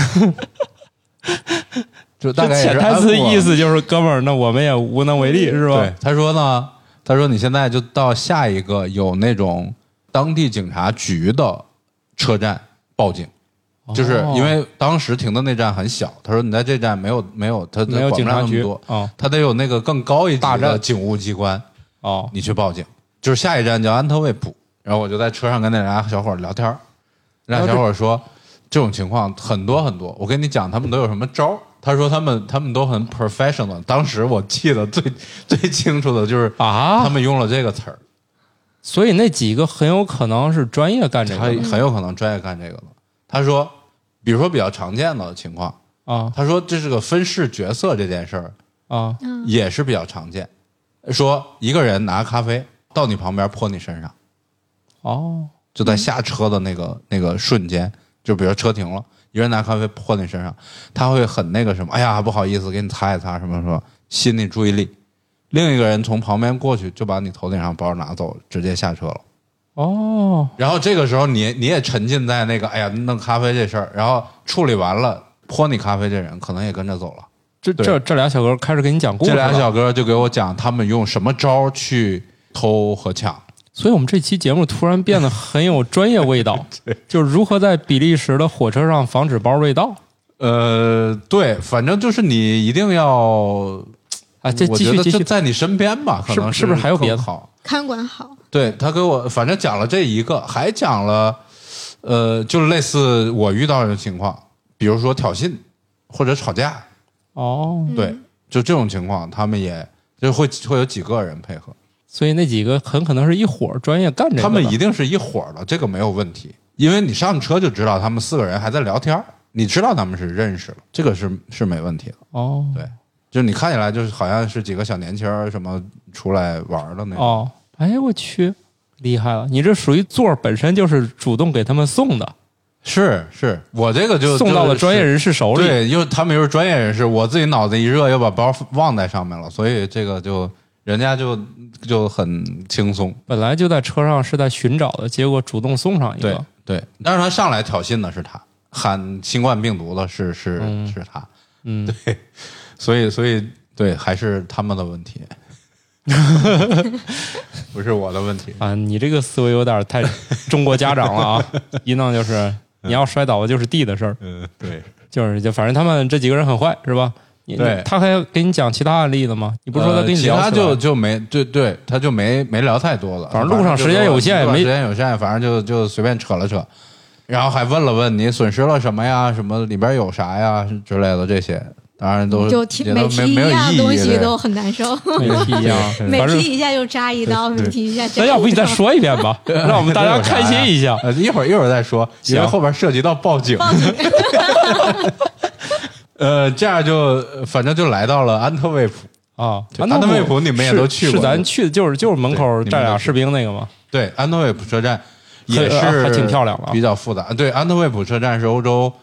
[SPEAKER 2] 就大
[SPEAKER 1] 这
[SPEAKER 2] 概也
[SPEAKER 1] 潜
[SPEAKER 2] 是
[SPEAKER 1] 台
[SPEAKER 2] 安
[SPEAKER 1] 词
[SPEAKER 2] 抚我
[SPEAKER 1] 意思就是哥们儿，那我们也无能为力是吧
[SPEAKER 2] 对？，他说呢，他说你现在就到下一个有那种当地警察局的车站报警，就是
[SPEAKER 1] 哦
[SPEAKER 2] 因为当时停的那站很小，他说你在这站没有没有，他
[SPEAKER 1] 没有
[SPEAKER 2] 管不
[SPEAKER 1] 警
[SPEAKER 2] 了
[SPEAKER 1] 察
[SPEAKER 2] 那么
[SPEAKER 1] 局
[SPEAKER 2] 多，
[SPEAKER 1] 哦
[SPEAKER 2] 他得有那个更高一级
[SPEAKER 1] 大
[SPEAKER 2] 的
[SPEAKER 1] 站
[SPEAKER 2] 警务机关，
[SPEAKER 1] 哦，
[SPEAKER 2] 你去报警，就是下一站叫安特卫普。然后我就在车上跟那俩小伙儿聊天儿，那俩小伙儿说这种情况很多很多，我跟你讲他们都有什么招儿。他说他们他们都很 professional。当时我记得最 最清楚的就是
[SPEAKER 1] 啊
[SPEAKER 2] 他们用了这个词儿，
[SPEAKER 1] 所以那几个很有可能是专业干这
[SPEAKER 2] 他
[SPEAKER 1] 个的
[SPEAKER 2] 很有可能专业干这个的。他说，比如说比较常见的情况，
[SPEAKER 1] 啊
[SPEAKER 2] 他说这是个分饰角色这件事儿
[SPEAKER 1] 啊
[SPEAKER 4] 嗯，
[SPEAKER 2] 也是比较常见。说一个人拿咖啡到你旁边泼你身上。
[SPEAKER 1] 哦
[SPEAKER 2] 就在下车的那个、那个瞬间，就比如车停了，一个人拿咖啡泼你身上，他会很那个什么，哎呀，不好意思，给你擦一擦什么什么，吸引你注意力。另一个人从旁边过去，就把你头顶上包拿走，直接下车了。
[SPEAKER 1] 哦
[SPEAKER 2] 然后这个时候你你也沉浸在那个，哎呀，弄咖啡这事儿，然后处理完了，泼你咖啡这人可能也跟着走了。
[SPEAKER 1] 这
[SPEAKER 2] 对
[SPEAKER 1] 这这俩小哥开始给你讲故事
[SPEAKER 2] 这
[SPEAKER 1] 了
[SPEAKER 2] 俩，小哥就给我讲他们用什么招儿去偷和抢。
[SPEAKER 1] 所以我们这期节目突然变得很有专业味 道，就是如何在比利时的火车上防止包味道
[SPEAKER 2] 呃，对，反正就是你一定要
[SPEAKER 1] 啊！这
[SPEAKER 2] 我
[SPEAKER 1] 继
[SPEAKER 2] 觉
[SPEAKER 1] 续
[SPEAKER 2] 得
[SPEAKER 1] 继
[SPEAKER 2] 就
[SPEAKER 1] 续，
[SPEAKER 2] 在你身边吧，可
[SPEAKER 1] 是
[SPEAKER 2] 能
[SPEAKER 1] 是不是还有
[SPEAKER 2] 更
[SPEAKER 1] 别的
[SPEAKER 2] 好？
[SPEAKER 4] 看管好，
[SPEAKER 2] 对他给我反正讲了这一个，还讲了，呃，就类似我遇到的情况，比如说挑衅或者吵架，
[SPEAKER 1] 哦，
[SPEAKER 4] 嗯
[SPEAKER 2] 对，就这种情况，他们也就会会有几个人配合，
[SPEAKER 1] 所以那几个很可能是一伙儿专业干这个的，
[SPEAKER 2] 他们一定是一伙儿的，这个没有问题，因为你上车就知道他们四个人还在聊天儿，你知道他们是认识了，这个是是没问题的，
[SPEAKER 1] 哦
[SPEAKER 2] 对就是你看起来就是好像是几个小年轻儿什么出来玩儿的那种。
[SPEAKER 1] 哦，哎我去，厉害了！你这属于座儿本身就是主动给他们送的，
[SPEAKER 2] 是是，我这个就
[SPEAKER 1] 送到了专业
[SPEAKER 2] 人。
[SPEAKER 1] 人士手里。
[SPEAKER 2] 对，又他们又是专业人士，我自己脑子一热又把包忘在上面了，所以这个就人家就就很轻松。
[SPEAKER 1] 本来就在车上是在寻找的，结果主动送上一
[SPEAKER 2] 对
[SPEAKER 1] 个。
[SPEAKER 2] 对，但是他上来挑衅的是他，喊新冠病毒的是是、是他，
[SPEAKER 1] 嗯，
[SPEAKER 2] 所以所以对，还是他们的问题， 不是我的问题。
[SPEAKER 1] 啊，你这个思维有点太中国家长了啊！一弄就是你要摔倒的就是地的事儿，
[SPEAKER 2] 嗯，对，
[SPEAKER 1] 就是就反正他们这几个人很坏，是吧？你
[SPEAKER 2] 对
[SPEAKER 1] 他还给你讲其他案例了吗？你不是说他
[SPEAKER 2] 呃
[SPEAKER 1] 跟你
[SPEAKER 2] 其
[SPEAKER 1] 聊
[SPEAKER 2] 他
[SPEAKER 1] 起来
[SPEAKER 2] 就就没对对，他就没没聊太多了。
[SPEAKER 1] 反正路上时间有限
[SPEAKER 2] 反正就
[SPEAKER 1] 也没
[SPEAKER 2] 路上时间有限，反正就就随便扯了扯，然后还问了问你损失了什么呀，什么里边有啥呀之类的这些，当然都觉
[SPEAKER 4] 就提
[SPEAKER 2] 得
[SPEAKER 4] 每
[SPEAKER 2] 没
[SPEAKER 4] 提一
[SPEAKER 2] 没有意
[SPEAKER 4] 样
[SPEAKER 2] 义
[SPEAKER 4] 东西
[SPEAKER 2] 对
[SPEAKER 4] 都很 难受，
[SPEAKER 1] 没有一样，
[SPEAKER 4] 每
[SPEAKER 1] 反正
[SPEAKER 4] 提一下就扎一刀，每提一下扎
[SPEAKER 1] 那
[SPEAKER 4] 一刀。
[SPEAKER 1] 要不你再说一遍 吧，让我们大家开心一下。
[SPEAKER 2] 呃，一会儿一会儿再说，因为
[SPEAKER 1] 行
[SPEAKER 2] 后边涉及到报警。
[SPEAKER 4] 报警，
[SPEAKER 2] 呃，这样就呃反正就来到了安特卫普。
[SPEAKER 1] 啊，
[SPEAKER 2] 对安德卫普你们也
[SPEAKER 1] 是
[SPEAKER 2] 都去过
[SPEAKER 1] 是咱去的就是就是门口
[SPEAKER 2] 对
[SPEAKER 1] 站
[SPEAKER 2] 你们
[SPEAKER 1] 俩
[SPEAKER 2] 都
[SPEAKER 1] 士兵那个嘛。
[SPEAKER 2] 对，安特卫普车站也
[SPEAKER 1] 很
[SPEAKER 2] 是
[SPEAKER 1] 还挺漂亮的啊
[SPEAKER 2] 比较复杂。对，安特卫普车站是欧洲，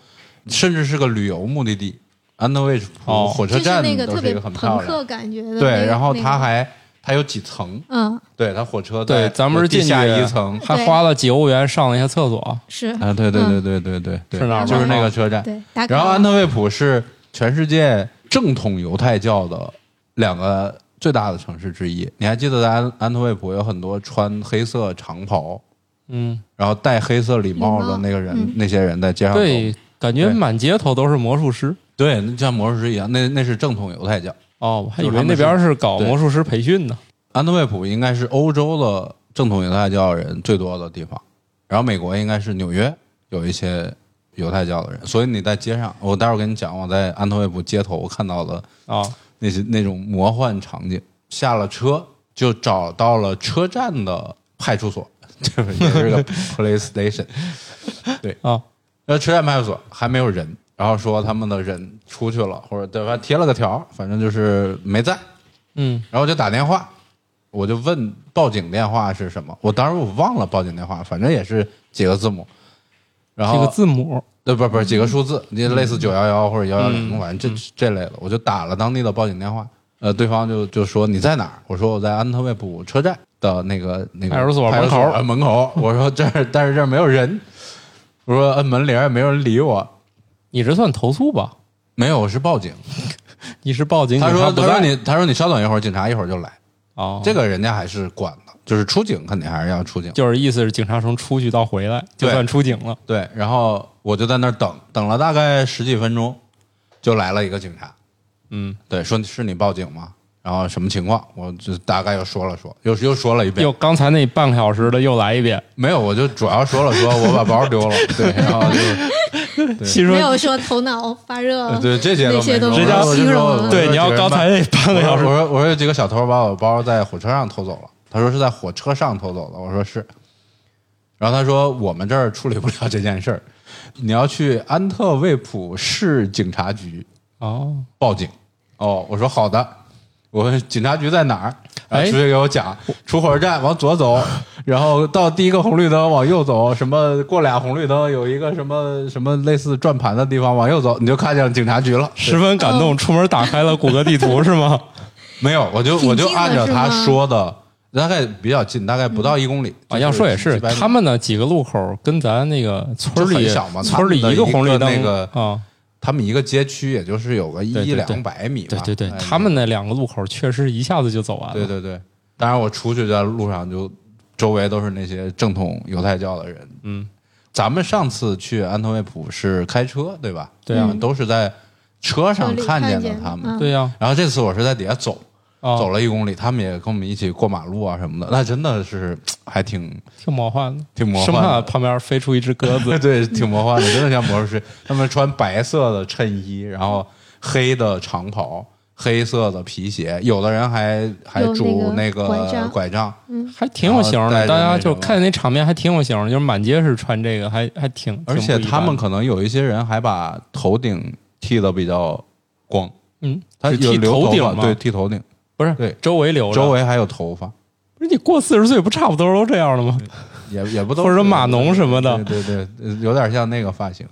[SPEAKER 2] 甚至是个旅游目的地。安特卫普
[SPEAKER 1] 哦
[SPEAKER 2] 火
[SPEAKER 4] 就
[SPEAKER 2] 车
[SPEAKER 4] 是
[SPEAKER 2] 站
[SPEAKER 4] 那个
[SPEAKER 2] 都
[SPEAKER 4] 特
[SPEAKER 2] 是一
[SPEAKER 4] 别
[SPEAKER 2] 个很
[SPEAKER 4] 朋
[SPEAKER 2] 漂亮
[SPEAKER 4] 克。感觉的那个。
[SPEAKER 2] 对，然后
[SPEAKER 4] 那
[SPEAKER 2] 它
[SPEAKER 4] 个
[SPEAKER 2] 还它有几层，
[SPEAKER 4] 嗯
[SPEAKER 2] 对，它火车在
[SPEAKER 1] 对，咱们是
[SPEAKER 2] 地
[SPEAKER 1] 进去
[SPEAKER 2] 下一层。
[SPEAKER 1] 还花了几欧元上了一下厕所。
[SPEAKER 4] 是
[SPEAKER 2] 啊，对对对
[SPEAKER 4] 嗯
[SPEAKER 2] 对对对对，
[SPEAKER 1] 是那儿吗
[SPEAKER 2] 就是那个车站。
[SPEAKER 4] 对，打卡
[SPEAKER 2] 然后安特卫普是全世界正统犹太教的两个最大的城市之一。你还记得在安安特卫普有很多穿黑色长袍，
[SPEAKER 1] 嗯，
[SPEAKER 2] 然后戴黑色礼帽的那个人，
[SPEAKER 4] 礼帽嗯
[SPEAKER 2] 那些人在街上走，
[SPEAKER 1] 对，感觉
[SPEAKER 2] 对
[SPEAKER 1] 满街头都是魔术师。
[SPEAKER 2] 对，那像魔术师一样，那那是正统犹太教。
[SPEAKER 1] 哦，我还
[SPEAKER 2] 就
[SPEAKER 1] 以为
[SPEAKER 2] 是他
[SPEAKER 1] 那
[SPEAKER 2] 们
[SPEAKER 1] 边
[SPEAKER 2] 是
[SPEAKER 1] 是搞
[SPEAKER 2] 对
[SPEAKER 1] 魔术师培训呢。
[SPEAKER 2] 安特卫普应该是欧洲的正统犹太教人最多的地方，然后美国应该是纽约有一些犹太教的人，所以你在街上，我待会儿跟你讲，我在安特卫普街头我看到的
[SPEAKER 1] 啊，
[SPEAKER 2] 那些那种魔幻场景。下了车就找到了车站的派出所， 这也 是个 police station。对
[SPEAKER 1] 啊，
[SPEAKER 2] 那车站派出所还没有人，然后说他们的人出去了，或者对，反正贴了个条儿，反正就是没在。
[SPEAKER 1] 嗯，
[SPEAKER 2] 然后就打电话，我就问报警电话是什么，我当时我忘了报警电话，反正也是几个字母，然
[SPEAKER 1] 这
[SPEAKER 2] 后
[SPEAKER 1] 个字母
[SPEAKER 2] 对，不是不
[SPEAKER 1] 嗯
[SPEAKER 2] 是几个数字，你类似九幺幺或者幺幺零，反正这这类的，我就打了当地的报警电话。呃，对方就就说你在哪儿？我说我在安特卫普车站的那个那个
[SPEAKER 1] 派出所
[SPEAKER 2] 派出所
[SPEAKER 1] 门口
[SPEAKER 2] 呃门口。我说这儿， 但是这儿没有人。我说摁门铃儿也没有人理我，
[SPEAKER 1] 你这算投诉吧？
[SPEAKER 2] 没有，我是报警。
[SPEAKER 1] 你是报警，
[SPEAKER 2] 他
[SPEAKER 1] 警察
[SPEAKER 2] 说
[SPEAKER 1] 不
[SPEAKER 2] 他说
[SPEAKER 1] 在
[SPEAKER 2] 你他说你稍等一会儿，警察一会儿就来。
[SPEAKER 1] 哦，
[SPEAKER 2] 这个人家还是管的，就是出警肯定还是要出警。
[SPEAKER 1] 就是意思是警察从出去到回来就
[SPEAKER 2] 对
[SPEAKER 1] 算出警了。
[SPEAKER 2] 对，然后我就在那儿等，等了大概十几分钟，就来了一个警察，
[SPEAKER 1] 嗯，
[SPEAKER 2] 对，说是你报警吗？然后什么情况？我就大概又说了说，又又说了一遍，
[SPEAKER 1] 又刚才那半个小时的又来一遍，
[SPEAKER 2] 没有，我就主要说了说我把包丢了，对，然后就
[SPEAKER 1] 细
[SPEAKER 4] 没
[SPEAKER 1] 说
[SPEAKER 4] 有说头脑发热，
[SPEAKER 2] 呃对这些都
[SPEAKER 4] 嗯那些
[SPEAKER 2] 没
[SPEAKER 4] 都
[SPEAKER 2] 说，
[SPEAKER 1] 直接
[SPEAKER 2] 我就
[SPEAKER 4] 形容
[SPEAKER 2] 说
[SPEAKER 4] 了
[SPEAKER 2] 我
[SPEAKER 1] 对，哦
[SPEAKER 2] 说
[SPEAKER 1] 你要
[SPEAKER 2] 几个人
[SPEAKER 1] 刚
[SPEAKER 2] 把
[SPEAKER 1] 才那半个
[SPEAKER 2] 我
[SPEAKER 1] 小时
[SPEAKER 2] 说我说我说有几个小偷把我包在火车上偷走了，他说是在火车上偷走的，我说是，然后他说我们这儿处理不了这件事儿，你要去安特卫普市警察局
[SPEAKER 1] 哦，
[SPEAKER 2] 报警。哦，我说好的，我问警察局在哪儿，然后
[SPEAKER 1] 哎
[SPEAKER 2] 直接给我讲，出火车站往 左走，然后到第一个红绿灯往右走，什么过俩红绿灯有一个什么什么类似转盘的地方往右走，你就看见警察局了。
[SPEAKER 1] 十分感
[SPEAKER 2] 嗯
[SPEAKER 1] 动，出门打开了谷歌地 图是吗？
[SPEAKER 2] 没有，我就
[SPEAKER 4] 挺
[SPEAKER 2] 我就
[SPEAKER 4] 近的
[SPEAKER 2] 按照
[SPEAKER 4] 是
[SPEAKER 2] 他
[SPEAKER 4] 吗
[SPEAKER 2] 说的，大概比较近，大概不到一公里。
[SPEAKER 1] 啊，要说也是，他
[SPEAKER 2] 们
[SPEAKER 1] 们呢几个路口跟咱那个村
[SPEAKER 2] 就
[SPEAKER 1] 里
[SPEAKER 2] 很小嘛
[SPEAKER 1] 村里
[SPEAKER 2] 他们的
[SPEAKER 1] 一个红绿
[SPEAKER 2] 一个
[SPEAKER 1] 灯
[SPEAKER 2] 那个
[SPEAKER 1] 啊，
[SPEAKER 2] 他们一个街区也就是有个
[SPEAKER 1] 对
[SPEAKER 2] 一
[SPEAKER 1] 对对
[SPEAKER 2] 两百米吧。
[SPEAKER 1] 对对对
[SPEAKER 2] 哎，
[SPEAKER 1] 他们那两个路口确实一下子就走完了。
[SPEAKER 2] 对对对。当然，我出去在路上就周围都是那些正统犹太教的人。
[SPEAKER 1] 嗯，
[SPEAKER 2] 咱们上次去安特卫普是开车对吧？
[SPEAKER 1] 对啊
[SPEAKER 2] 我们都是在车
[SPEAKER 4] 车
[SPEAKER 2] 上
[SPEAKER 4] 里
[SPEAKER 2] 看见
[SPEAKER 4] 见嗯
[SPEAKER 2] 的他们。
[SPEAKER 1] 对呀，
[SPEAKER 2] 然后这次我是在底下走，
[SPEAKER 1] 啊，
[SPEAKER 2] 嗯走了一公里，他们也跟我们一起过马路啊什么的，那真的是还挺
[SPEAKER 1] 挺魔幻的，
[SPEAKER 2] 挺魔
[SPEAKER 1] 生
[SPEAKER 2] 幻的。
[SPEAKER 1] 怕旁边飞出一只鸽子
[SPEAKER 2] 对，挺魔幻的，真的像魔术师。他们穿白色的衬衣，然后黑的长袍，黑色的皮鞋，有的人还还
[SPEAKER 4] 有
[SPEAKER 2] 拄
[SPEAKER 4] 那
[SPEAKER 2] 那
[SPEAKER 4] 个
[SPEAKER 2] 个
[SPEAKER 4] 拐杖
[SPEAKER 2] 拐杖，
[SPEAKER 1] 还挺有型
[SPEAKER 2] 然后
[SPEAKER 1] 的，
[SPEAKER 2] 带着
[SPEAKER 1] 大家
[SPEAKER 2] 那
[SPEAKER 1] 就
[SPEAKER 2] 种
[SPEAKER 1] 看见那场面还挺有型的，就是满街是穿这个，还还挺。挺
[SPEAKER 2] 而且
[SPEAKER 1] 不一
[SPEAKER 2] 他
[SPEAKER 1] 般
[SPEAKER 2] 们
[SPEAKER 1] 的
[SPEAKER 2] 可能有一些人还把头顶剃的比较光，
[SPEAKER 1] 嗯，
[SPEAKER 2] 他
[SPEAKER 1] 是
[SPEAKER 2] 有
[SPEAKER 1] 剃
[SPEAKER 2] 留
[SPEAKER 1] 头顶
[SPEAKER 2] 发
[SPEAKER 1] 吗
[SPEAKER 2] 对，剃头顶，
[SPEAKER 1] 不是
[SPEAKER 2] 对
[SPEAKER 1] 周围留着，
[SPEAKER 2] 周围还有头发，
[SPEAKER 1] 不是你过四十岁不差不多都这样了吗？
[SPEAKER 2] 也也不都
[SPEAKER 1] 或者
[SPEAKER 2] 是
[SPEAKER 1] 说码农什么的
[SPEAKER 2] 对对对，有点像那个发型。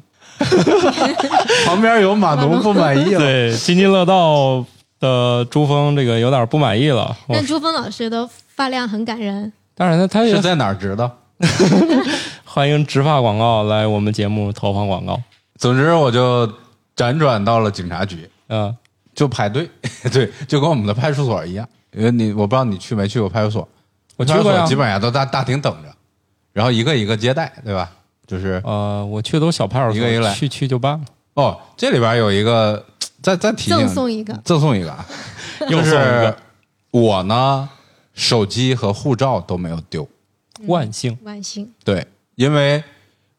[SPEAKER 2] 旁边有码农不满意了，
[SPEAKER 1] 对，津津乐道的朱峰这个有点不满意了。
[SPEAKER 2] 哦
[SPEAKER 1] 我
[SPEAKER 4] 但朱峰老师的发量很感人，
[SPEAKER 1] 当然了，他也
[SPEAKER 2] 是在哪儿植的？
[SPEAKER 1] 欢迎植发广告来我们节目投放广告。
[SPEAKER 2] 总之，我就辗转到了警察局，
[SPEAKER 1] 嗯，
[SPEAKER 2] 就排队， 对，就跟我们的派出所一样。因为你我不知道你去没去过派出所，
[SPEAKER 1] 我去
[SPEAKER 2] 派出
[SPEAKER 1] 过
[SPEAKER 2] 所
[SPEAKER 1] 呀
[SPEAKER 2] 基。本上都大大厅等着，然后一个一个接待，对吧？就是
[SPEAKER 1] 呃，我去的都小派出
[SPEAKER 2] 一个一个
[SPEAKER 1] 所，
[SPEAKER 2] 来
[SPEAKER 1] 去去就办了。
[SPEAKER 2] 哦，这里边有一个再再提醒
[SPEAKER 4] 赠送一个
[SPEAKER 2] 赠送一个 啊，
[SPEAKER 1] 又
[SPEAKER 2] 就
[SPEAKER 1] 送一个
[SPEAKER 2] 是我呢，手机和护照都没有丢，
[SPEAKER 1] 万幸，
[SPEAKER 4] 万幸。
[SPEAKER 2] 对，因为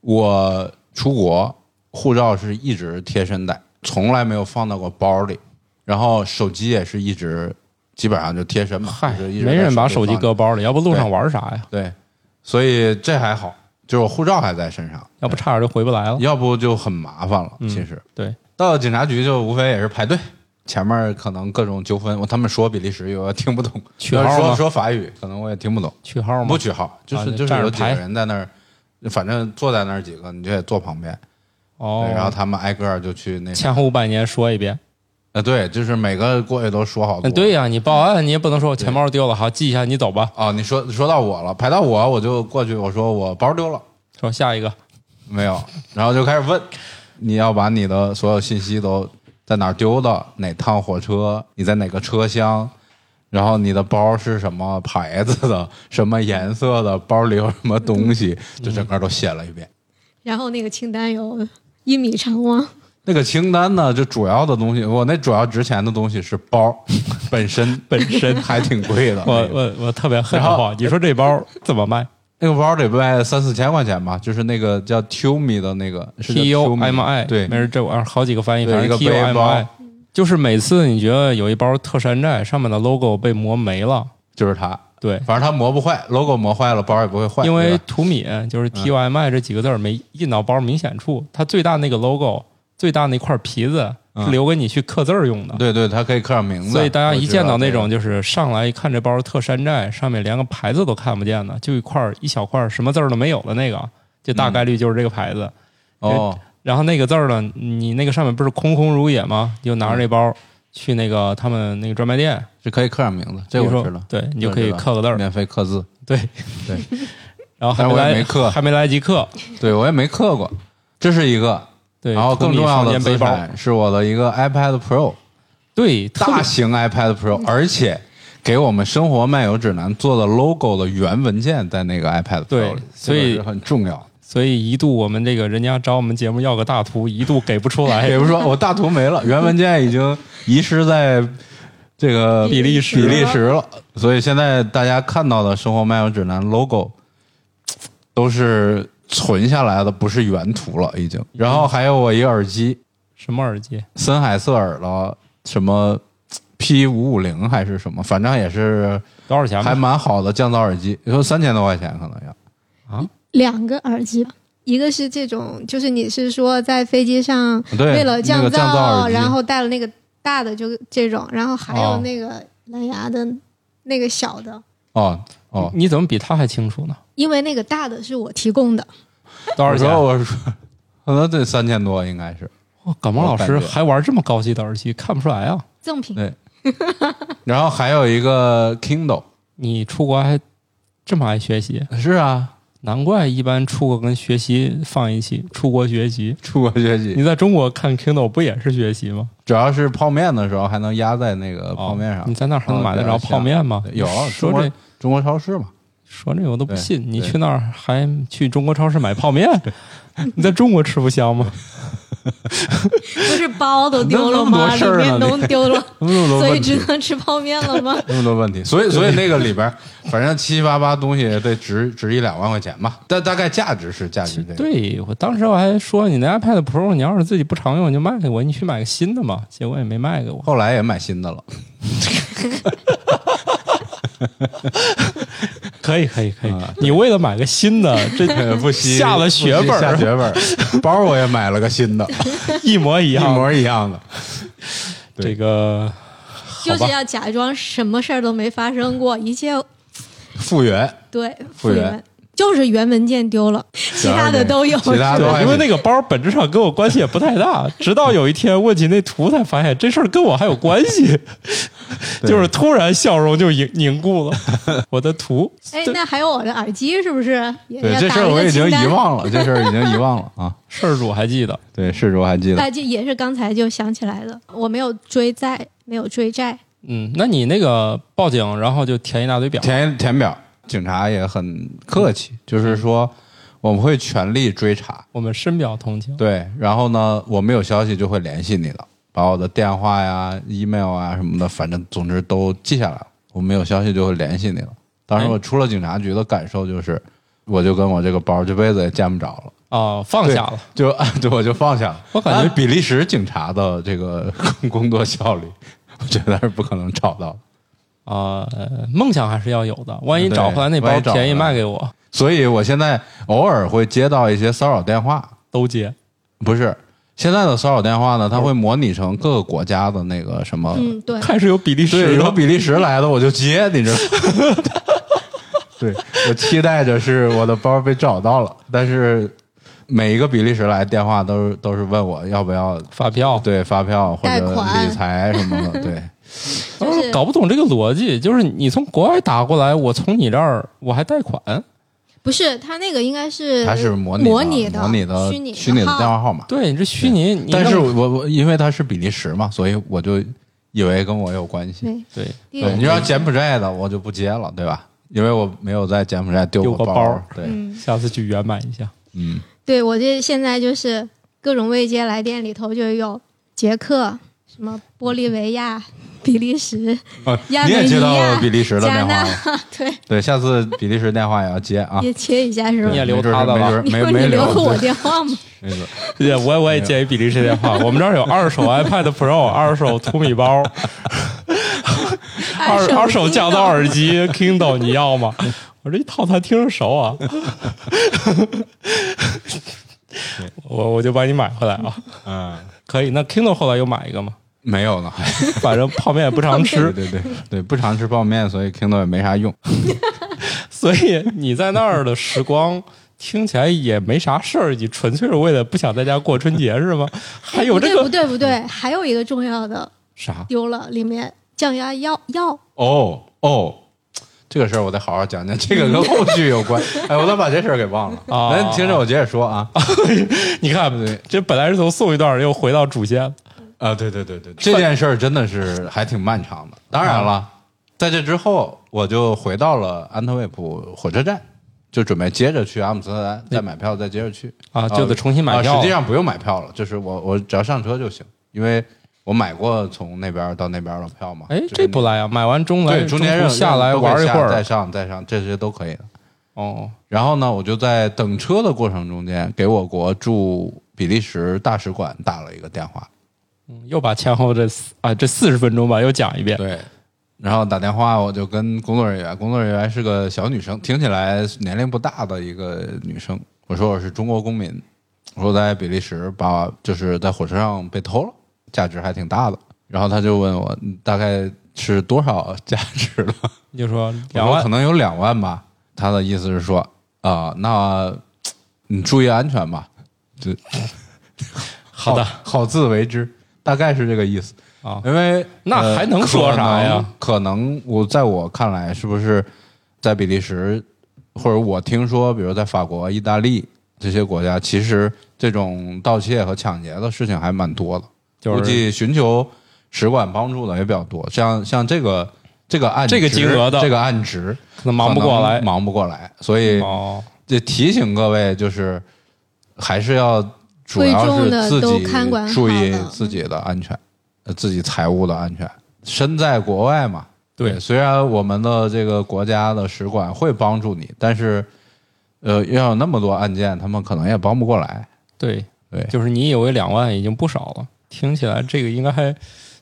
[SPEAKER 2] 我出国护照是一直贴身带，从来没有放到过包里，然后手机也是一直基本上就贴身嘛，
[SPEAKER 1] 嗨，
[SPEAKER 2] 就是一直
[SPEAKER 1] 没
[SPEAKER 2] 在
[SPEAKER 1] 人把
[SPEAKER 2] 手
[SPEAKER 1] 手机
[SPEAKER 2] 放着
[SPEAKER 1] 搁包里，要不路上玩啥呀？
[SPEAKER 2] 对，所以这还好，就是我护照还在身上，
[SPEAKER 1] 要不差点就回不来了。
[SPEAKER 2] 要不就很麻烦了。
[SPEAKER 1] 嗯
[SPEAKER 2] 其实
[SPEAKER 1] 对，
[SPEAKER 2] 到警察局就无非也是排队。前面可能各种纠纷，我他们说比利时语我听不懂，
[SPEAKER 1] 取号吗
[SPEAKER 2] 说说法语可能我也听不懂，
[SPEAKER 1] 取号吗
[SPEAKER 2] 不？取号，就
[SPEAKER 1] 啊
[SPEAKER 2] 是、
[SPEAKER 1] 那
[SPEAKER 2] 就是
[SPEAKER 1] 站着
[SPEAKER 2] 有几个
[SPEAKER 1] 排
[SPEAKER 2] 人在那儿，反正坐在那儿几个，你就得坐旁边。
[SPEAKER 1] 哦
[SPEAKER 2] 对，然后他们挨个儿就去那
[SPEAKER 1] 前后五百年说一遍。
[SPEAKER 2] 呃，对，就是每个过去都说好多。
[SPEAKER 1] 嗯，对呀、你报案你也不能说我钱包丢了，好记一下，你走吧。
[SPEAKER 2] 哦，你说说到我了，排到我，我就过去，我说我包丢了
[SPEAKER 1] 说下一个，
[SPEAKER 2] 没有，然后就开始问，你要把你的所有信息都在哪儿丢的，哪趟火车，你在哪个车厢，然后你的包是什么牌子的，什么颜色的，包里有什么东西，
[SPEAKER 1] 嗯
[SPEAKER 2] 就整个都写了一遍。
[SPEAKER 4] 然后那个清单有一米长吗？
[SPEAKER 2] 那个清单呢，就主要的东西，我那主要值钱的东西是包本身，
[SPEAKER 1] 本身
[SPEAKER 2] 还挺贵的。
[SPEAKER 1] 我我我特别恨
[SPEAKER 2] 然后
[SPEAKER 1] 好？你说这包怎么卖
[SPEAKER 2] 那个包得卖三四千块钱吧，就是那个叫 Tumi 的那个是叫
[SPEAKER 1] ？T U
[SPEAKER 2] Tumi
[SPEAKER 1] M I
[SPEAKER 2] 对
[SPEAKER 1] 没事，这我啊好几个翻译，
[SPEAKER 2] 对
[SPEAKER 1] 反正
[SPEAKER 2] 一
[SPEAKER 1] T
[SPEAKER 2] 个
[SPEAKER 1] U
[SPEAKER 2] 背
[SPEAKER 1] M
[SPEAKER 2] 包
[SPEAKER 1] I，就是每次你觉得有一包特山寨上面的 logo 被磨没了，
[SPEAKER 2] 就是它，
[SPEAKER 1] 对，
[SPEAKER 2] 反正它磨不坏，logo 磨坏了，嗯包也不会坏。
[SPEAKER 1] 因
[SPEAKER 2] 对
[SPEAKER 1] 为
[SPEAKER 2] 吧
[SPEAKER 1] 图敏就是 T U M I 这几个字儿没印到包明显处，它最大那个 logo 最大那块皮子是
[SPEAKER 2] 嗯
[SPEAKER 1] 留给你去刻字儿用的。
[SPEAKER 2] 对对，它可以刻上名字，
[SPEAKER 1] 所以大家一见到那
[SPEAKER 2] 我
[SPEAKER 1] 种
[SPEAKER 2] 知道
[SPEAKER 1] 就是上来一看这包特山寨，上面连个牌子都看不见的，就一块儿一小块儿什么字儿都没有的那个，就大概率就是这个牌子。
[SPEAKER 2] 这个哦，
[SPEAKER 1] 然后那个字儿呢，你那个上面不是空空如也吗？你就拿着这
[SPEAKER 2] 嗯
[SPEAKER 1] 包去那个他们那个专卖店，
[SPEAKER 2] 是可以刻上名字，这
[SPEAKER 1] 比如
[SPEAKER 2] 我
[SPEAKER 1] 说
[SPEAKER 2] 知道，
[SPEAKER 1] 对你就可以刻个字儿，
[SPEAKER 2] 免费刻字。
[SPEAKER 1] 对
[SPEAKER 2] 对。
[SPEAKER 1] 然后还
[SPEAKER 2] 但是我也
[SPEAKER 1] 来
[SPEAKER 2] 没刻
[SPEAKER 1] 还没来得及刻，
[SPEAKER 2] 对我也没刻过，这是一个。
[SPEAKER 1] 对。
[SPEAKER 2] 然后更重要
[SPEAKER 1] 从
[SPEAKER 2] 的
[SPEAKER 1] 你房间背
[SPEAKER 2] 资
[SPEAKER 1] 包，
[SPEAKER 2] 产是我的一个 iPad Pro，
[SPEAKER 1] 对，特别
[SPEAKER 2] 大型 iPad Pro，而且给我们《生活漫游指南》做的 logo 的原文件在那个 iPad Pro 里
[SPEAKER 1] 对，所以
[SPEAKER 2] 这个是很重要。
[SPEAKER 1] 所以一度我们这个人家找我们节目要个大图，一度给不出来
[SPEAKER 2] 比。如说，我大图没了，原文件已经遗失在 这个
[SPEAKER 4] 比利时
[SPEAKER 2] 呃比
[SPEAKER 1] 啊
[SPEAKER 2] 利时了，所以现在大家看到的《生活漫游指南》logo 都是存下来的，不是原图了已经。然后还有我一耳机，
[SPEAKER 1] 什么耳机？
[SPEAKER 2] 森海塞尔了，什么 P 五五零还是什么，反正也是
[SPEAKER 1] 多少钱吧？
[SPEAKER 2] 还蛮好的降噪耳机，也就三千多块钱可能要。
[SPEAKER 4] 两个耳机吧，一个是这种，就是你是说在飞机上
[SPEAKER 2] 对，
[SPEAKER 4] 为了降
[SPEAKER 2] 那个降噪耳机，
[SPEAKER 4] 然后带了那个大的就这种，然后还有
[SPEAKER 1] 哦
[SPEAKER 4] 那个蓝牙的那个小的，
[SPEAKER 2] 哦哦，
[SPEAKER 1] 你怎么比他还清楚呢？
[SPEAKER 4] 因为那个大的是我提供的，
[SPEAKER 1] 多少
[SPEAKER 2] 我
[SPEAKER 1] 钱？
[SPEAKER 2] 说
[SPEAKER 1] 我
[SPEAKER 2] 我说 可能得三千多应该是。
[SPEAKER 1] 感冒老师
[SPEAKER 2] 我感觉
[SPEAKER 1] 还玩这么高级的耳机，看不出来啊！
[SPEAKER 4] 赠品
[SPEAKER 2] 对然后还有一个 Kindle，
[SPEAKER 1] 你出国还这么爱学习，
[SPEAKER 2] 是啊，
[SPEAKER 1] 难怪一般出国跟学习放一起，出国学习。
[SPEAKER 2] 出国学习，
[SPEAKER 1] 你在中国看 Kindle 不也是学习吗？
[SPEAKER 2] 主要是泡面的时候还能压在那个泡面
[SPEAKER 1] 哦
[SPEAKER 2] 上
[SPEAKER 1] 你，在那儿还能买得着泡面吗？
[SPEAKER 2] 啊有
[SPEAKER 1] 说
[SPEAKER 2] 中国
[SPEAKER 1] 这
[SPEAKER 2] 中国超市嘛，
[SPEAKER 1] 说这我都不信，你
[SPEAKER 2] 对
[SPEAKER 1] 去那儿还去中国超市买泡面？ 你在中国吃不香吗？
[SPEAKER 4] 不是包都丢了
[SPEAKER 2] 那么
[SPEAKER 4] 吗？
[SPEAKER 2] 多
[SPEAKER 4] 里
[SPEAKER 2] 事儿呢
[SPEAKER 4] 面都 丢了，
[SPEAKER 2] 那么多
[SPEAKER 4] 所以
[SPEAKER 2] 问
[SPEAKER 4] 只
[SPEAKER 2] 题，
[SPEAKER 4] 能吃泡面 了吗？
[SPEAKER 2] 那么多问题，所以所以那个里边儿，反正七七八八东西得值值一两万块钱吧，但大概价值是价值这个，
[SPEAKER 1] 对我当时我还说你那 iPad Pro，你要是自己不常用，你就卖给我，你去买个新的嘛。结果也没卖给我。
[SPEAKER 2] 后来也买新的了，
[SPEAKER 1] 可以，可以，可以。啊你为了买个新的，这
[SPEAKER 2] 不惜
[SPEAKER 1] 下了血本
[SPEAKER 2] 不惜下
[SPEAKER 1] 儿，
[SPEAKER 2] 血本儿，包我也买了个新的，
[SPEAKER 1] 一模一
[SPEAKER 2] 一
[SPEAKER 1] 样。
[SPEAKER 2] 模一样的，对
[SPEAKER 1] 这个
[SPEAKER 4] 就是要假装什么事儿都没发生过，一切
[SPEAKER 2] 复原，
[SPEAKER 4] 对
[SPEAKER 2] 复
[SPEAKER 4] 复
[SPEAKER 2] 原
[SPEAKER 4] 原，就是原文件丢了，其他的都有。
[SPEAKER 2] 其他的都还
[SPEAKER 1] 对，因为那个包本质上跟我关系也不太 大，直到有一天问起那图，才发现这事儿跟我还有关系，
[SPEAKER 2] 对
[SPEAKER 1] 就是突然笑容就凝凝 固了。我的图，
[SPEAKER 4] 哎，那还有我的耳机是不是也
[SPEAKER 2] 对
[SPEAKER 4] 要
[SPEAKER 2] 这
[SPEAKER 4] 打
[SPEAKER 2] 事儿
[SPEAKER 4] 一
[SPEAKER 2] 我
[SPEAKER 4] 个
[SPEAKER 2] 已经
[SPEAKER 4] 清单
[SPEAKER 2] 遗忘 了，这事儿已经遗忘了啊，
[SPEAKER 1] 事儿主还记得，
[SPEAKER 2] 对，是我还记得。
[SPEAKER 4] 哎，这也是刚才就想起来的，我没有追债，没有追债，
[SPEAKER 1] 嗯，那你那个报警，然后就填一大堆表，
[SPEAKER 2] 填填表，警察也很客气，就是说我们会全力追查，
[SPEAKER 1] 我们深表同情。
[SPEAKER 2] 对，然后呢，我们有消息就会联系你的，把我的电话呀、email 啊什么的，反正总之都记下来了。我们有消息就会联系你了。当时我出了警察局的感受就是，我就跟我这个包这辈子也见不着了，
[SPEAKER 1] 啊、放下了。
[SPEAKER 2] 就 对我就放下了。
[SPEAKER 1] 我感觉
[SPEAKER 2] 按 比利时警察的这个工作效率，我觉得是不可能找到的。
[SPEAKER 1] 啊、呃梦想还是要有的。万一
[SPEAKER 2] 对
[SPEAKER 1] 找回来那
[SPEAKER 2] 万
[SPEAKER 1] 包
[SPEAKER 2] 一找回来
[SPEAKER 1] 便宜卖给我，
[SPEAKER 2] 所以我现在偶尔会接到一些骚扰电话，
[SPEAKER 1] 都接。
[SPEAKER 2] 不是，现在的骚扰电话呢，它会模拟成各个国家的那个什么，
[SPEAKER 4] 嗯，对，
[SPEAKER 1] 看是有比利
[SPEAKER 2] 对，
[SPEAKER 1] 时
[SPEAKER 2] 有
[SPEAKER 1] 的，
[SPEAKER 2] 比利时来的我就接，你知道吗？对，我期待着是我的包被找到了，但是每一个比利时来的电话都是都是问我要不要
[SPEAKER 1] 发票，
[SPEAKER 2] 对发票或
[SPEAKER 4] 贷
[SPEAKER 2] 者
[SPEAKER 4] 款
[SPEAKER 2] 理财什么的， 对，
[SPEAKER 1] 我
[SPEAKER 4] 就是
[SPEAKER 1] 哦搞不懂这个逻辑，就是你从国外打过来，我从你这儿我还贷款，
[SPEAKER 4] 不是他那个应该是
[SPEAKER 2] 它是模拟
[SPEAKER 4] 模
[SPEAKER 2] 拟
[SPEAKER 4] 的
[SPEAKER 2] 模的
[SPEAKER 4] 虚拟
[SPEAKER 2] 虚拟的电
[SPEAKER 4] 号
[SPEAKER 2] 话号码，
[SPEAKER 1] 对你这虚拟，你
[SPEAKER 2] 但
[SPEAKER 1] 弄
[SPEAKER 2] 是我我因为它是比利时嘛，所以我就以为跟我有关系。
[SPEAKER 4] 对，
[SPEAKER 1] 对
[SPEAKER 4] 第
[SPEAKER 2] 对，
[SPEAKER 4] 一
[SPEAKER 2] 你要柬埔寨的，我就不接了，对吧？因为我没有在柬埔寨丢
[SPEAKER 1] 丢过
[SPEAKER 2] 包。
[SPEAKER 1] 包
[SPEAKER 2] 对，
[SPEAKER 4] 嗯，
[SPEAKER 1] 下次去圆满一下。
[SPEAKER 2] 嗯，
[SPEAKER 4] 对我这现在就是各种未接来电里头就有捷克、什么玻利维亚、比利时、
[SPEAKER 2] 哦，你
[SPEAKER 4] 亚美尼亚
[SPEAKER 2] 也接到比利时的
[SPEAKER 4] 加
[SPEAKER 2] 电话
[SPEAKER 4] 纳
[SPEAKER 2] 了？，
[SPEAKER 4] 对，
[SPEAKER 2] 对，下次比利时电话也要接啊。
[SPEAKER 4] 也接一下是吧
[SPEAKER 1] 你？也留
[SPEAKER 2] 没准儿
[SPEAKER 1] 他的 了
[SPEAKER 2] 没
[SPEAKER 4] 你
[SPEAKER 2] 准儿没
[SPEAKER 4] 说
[SPEAKER 2] 没
[SPEAKER 4] 你留
[SPEAKER 2] 留
[SPEAKER 4] 了我电话吗？
[SPEAKER 2] 没准儿
[SPEAKER 1] 对，我也我也建议比利时电话， 我们这儿有二手 iPad Pro，二 手图米 包，二
[SPEAKER 4] 手
[SPEAKER 1] 二手
[SPEAKER 4] 听
[SPEAKER 1] 降噪
[SPEAKER 4] 到
[SPEAKER 1] 耳机 Kindle，你要 吗？我这一套餐听着熟 啊，我我就把你买回来啊。
[SPEAKER 2] 嗯，
[SPEAKER 1] 可以，那 Kindle 后来又买一个嘛，
[SPEAKER 2] 没有呢，还
[SPEAKER 1] 反正 泡面也不常
[SPEAKER 2] 对
[SPEAKER 1] 吃，
[SPEAKER 2] 对对对，不常吃泡面，所以 Kindle 也没啥用。
[SPEAKER 1] 所以你在那儿的时光听起来也没啥事儿，你纯粹是为了不想在家过春节是吗？还 有
[SPEAKER 4] 不
[SPEAKER 1] 这
[SPEAKER 4] 对不
[SPEAKER 1] 个
[SPEAKER 4] 对不对，还有一个重要的
[SPEAKER 1] 啥？
[SPEAKER 4] 丢了，里面降压药药
[SPEAKER 2] 哦哦。这个事儿我得好好讲讲，这个跟后续有关。 哎，我咋把这事儿给忘了？
[SPEAKER 1] 啊
[SPEAKER 2] 咱听着我接着说啊
[SPEAKER 1] 哦你看
[SPEAKER 2] 对，
[SPEAKER 1] 这本来是从送一段儿又回到主线了，
[SPEAKER 2] 啊！对对对对，这件事儿真的是还挺漫长的。当然了，在这之后，我就回到了安特卫普火车站，就准备接着去阿姆斯特丹，再买票，再接着去
[SPEAKER 1] 啊就得重新买
[SPEAKER 2] 啊
[SPEAKER 1] 票
[SPEAKER 2] 实际上不用买票了，就是我我只要上车就行，因为我买过从那边到那边的票嘛。
[SPEAKER 1] 哎
[SPEAKER 2] 就，是
[SPEAKER 1] 这不赖啊，买完中来
[SPEAKER 2] 对，中间
[SPEAKER 1] 途
[SPEAKER 2] 让
[SPEAKER 1] 下来
[SPEAKER 2] 都可以
[SPEAKER 1] 玩一
[SPEAKER 2] 下
[SPEAKER 1] 会儿
[SPEAKER 2] 再，上再上，这些都可以的。
[SPEAKER 1] 哦，
[SPEAKER 2] 然后呢，我就在等车的过程中间，给我国驻比利时大使馆打了一个电话。
[SPEAKER 1] 嗯又把前后这四啊这四十分钟吧又讲一遍，
[SPEAKER 2] 对，然后打电话我就跟工作人员，工作人员是个小女生，听起来年龄不大的一个女生。我说我是中国公民，我说我在比利时把就是在火车上被偷了，价值还挺大的。然后他就问我你大概是多少价值了，
[SPEAKER 1] 你就说
[SPEAKER 2] 然
[SPEAKER 1] 两
[SPEAKER 2] 后
[SPEAKER 1] 万
[SPEAKER 2] 可，能有两万吧。他的意思是说啊、那你注意安全吧。就
[SPEAKER 1] 好的
[SPEAKER 2] 好自为之，大概是这个意思。
[SPEAKER 1] 啊，
[SPEAKER 2] 因为
[SPEAKER 1] 那
[SPEAKER 2] 呃
[SPEAKER 1] 还能说啥呀？
[SPEAKER 2] 可能可能我在我看来，是不是在比利时，或者我听说，比如在法国、意大利这些国家，其实这种盗窃和抢劫的事情还蛮多的，
[SPEAKER 1] 就
[SPEAKER 2] 估
[SPEAKER 1] 是
[SPEAKER 2] 计寻求使馆帮助的也比较多。像像这个这个案值
[SPEAKER 1] 这个金额的
[SPEAKER 2] 这个案值，
[SPEAKER 1] 可能忙不过来
[SPEAKER 2] 可能忙不过来，所以
[SPEAKER 1] 哦，
[SPEAKER 2] 这提醒各位就是还是要主
[SPEAKER 4] 贵
[SPEAKER 2] 要
[SPEAKER 4] 重
[SPEAKER 2] 是
[SPEAKER 4] 的
[SPEAKER 2] 自
[SPEAKER 4] 都
[SPEAKER 2] 己
[SPEAKER 4] 看管好
[SPEAKER 2] 注意
[SPEAKER 4] 了
[SPEAKER 2] 自己的安全，呃自己财务的安全。身在国外嘛，
[SPEAKER 1] 对，
[SPEAKER 2] 虽然我们的这个国家的使馆会帮助你，但是呃，要有那么多案件，他们可能也帮不过 来。
[SPEAKER 1] 对
[SPEAKER 2] 对
[SPEAKER 1] 就是你以为两万已经不少了，听起来这个应该还